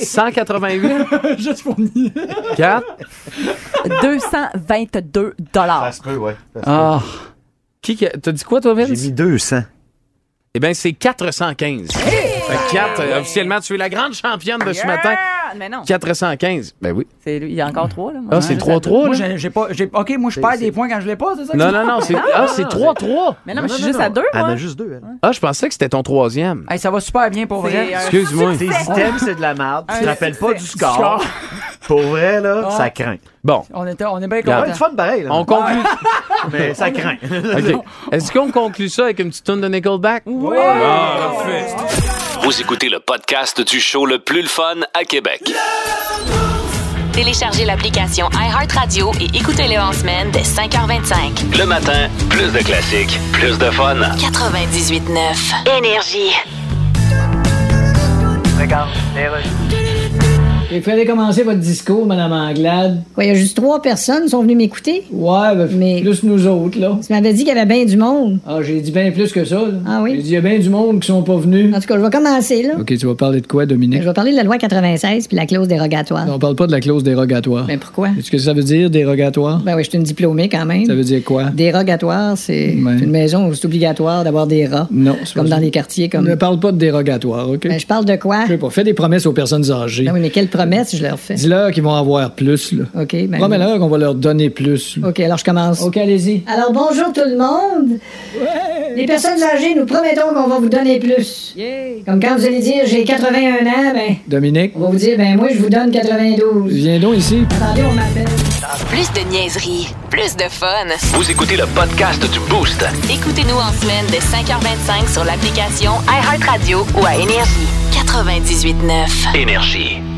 [SPEAKER 3] 188,
[SPEAKER 4] Juste fourni.
[SPEAKER 3] 4.
[SPEAKER 6] 222 dollars.
[SPEAKER 5] se peut, ouais.
[SPEAKER 4] Ah.
[SPEAKER 3] Qui que- t'as dit quoi, toi,
[SPEAKER 5] J'ai
[SPEAKER 3] Vince?
[SPEAKER 5] mis 200.
[SPEAKER 3] Eh bien, c'est 415. 4, euh, officiellement, tu es la grande championne de ce matin.
[SPEAKER 6] Mais non,
[SPEAKER 3] 415. Ben oui.
[SPEAKER 6] c'est lui. il y a encore trois, là. moi.
[SPEAKER 3] Ah, c'est 3-3,
[SPEAKER 4] Moi,
[SPEAKER 3] là?
[SPEAKER 4] j'ai j'ai pas. j'ai- Ok, moi, je perds des points quand je l'ai pas, c'est ça? que
[SPEAKER 3] Non,
[SPEAKER 4] tu-
[SPEAKER 3] non, non, c'est ah, c'est 3-3.
[SPEAKER 6] Mais non, mais je suis
[SPEAKER 5] Non, non,
[SPEAKER 6] juste à
[SPEAKER 5] non.
[SPEAKER 6] deux,
[SPEAKER 5] Elle en
[SPEAKER 6] moi.
[SPEAKER 5] a juste deux, elle.
[SPEAKER 3] Ah, je pensais que c'était ton troisième.
[SPEAKER 4] Hey, ça va super bien pour
[SPEAKER 6] C'est
[SPEAKER 4] vrai.
[SPEAKER 6] un-
[SPEAKER 3] Excuse-moi.
[SPEAKER 5] Tes items, c'est de la merde. Tu te rappelles pas du score. Pour vrai, là,
[SPEAKER 6] Ah.
[SPEAKER 5] ça craint.
[SPEAKER 3] Bon,
[SPEAKER 4] On, était, on est bien
[SPEAKER 5] Ouais,
[SPEAKER 4] contents.
[SPEAKER 5] du fun pareil, là.
[SPEAKER 3] on conclut.
[SPEAKER 5] Mais ça craint.
[SPEAKER 3] OK. Est-ce qu'on conclut ça avec une petite tune de Nickelback? Oui!
[SPEAKER 2] Vous écoutez le podcast du show le plus le fun à Québec.
[SPEAKER 1] Téléchargez l'application iHeartRadio et écoutez-le en semaine dès 5h25.
[SPEAKER 2] Le matin, plus de classiques, plus de fun.
[SPEAKER 1] 98.9 Énergie.
[SPEAKER 8] Et vous allez commencer votre discours, Madame Anglade.
[SPEAKER 11] Quoi, il y a juste trois personnes qui sont venues m'écouter?
[SPEAKER 8] Ouais, ben,
[SPEAKER 11] Mais-
[SPEAKER 8] plus nous autres, là.
[SPEAKER 11] Tu m'avais dit qu'il y avait bien du monde.
[SPEAKER 8] Ah, j'ai dit bien plus que ça, là.
[SPEAKER 11] Ah oui?
[SPEAKER 8] J'ai dit, il y a bien du monde qui sont pas venus.
[SPEAKER 11] En tout cas, je vais commencer, là.
[SPEAKER 8] OK, tu vas parler de quoi, Dominique?
[SPEAKER 11] Je vais parler de la loi 96 puis la clause dérogatoire.
[SPEAKER 8] On parle pas de la clause dérogatoire.
[SPEAKER 11] Mais pourquoi?
[SPEAKER 8] Est-ce que ça veut dire dérogatoire?
[SPEAKER 11] Ben oui, je suis une diplômée quand même.
[SPEAKER 8] Ça veut dire quoi?
[SPEAKER 11] Dérogatoire, c'est
[SPEAKER 8] Ouais.
[SPEAKER 11] une maison où c'est obligatoire d'avoir des rats.
[SPEAKER 8] Non, c'est
[SPEAKER 11] Comme
[SPEAKER 8] pas
[SPEAKER 11] dans
[SPEAKER 8] ça.
[SPEAKER 11] les quartiers,
[SPEAKER 8] On Ne
[SPEAKER 11] comme.
[SPEAKER 8] parle pas de dérogatoire, OK?
[SPEAKER 11] Ben, je parle de quoi?
[SPEAKER 8] Je sais pas, fais des promesses aux personnes âgées.
[SPEAKER 11] Non, oui, mais quelle promesse je leur fais?
[SPEAKER 8] Dis-leur qu'ils vont avoir plus, là.
[SPEAKER 11] OK, ben.
[SPEAKER 8] Promets-leur qu'on va leur donner plus. là.
[SPEAKER 11] OK, alors je commence.
[SPEAKER 8] allez-y.
[SPEAKER 11] Alors bonjour tout le monde. Les personnes âgées, nous promettons qu'on va vous donner plus. Comme quand vous allez dire j'ai 81 ans, ben
[SPEAKER 8] Dominique,
[SPEAKER 11] on va vous dire ben moi je vous donne 92.
[SPEAKER 8] viens donc ici.
[SPEAKER 11] Attendez, on m'appelle.
[SPEAKER 1] Plus de niaiserie, plus de fun.
[SPEAKER 2] Vous écoutez le podcast du Boost.
[SPEAKER 1] Écoutez-nous en semaine dès 5h25 sur l'application iHeartRadio ou à Énergie. 98.9.
[SPEAKER 2] Énergie.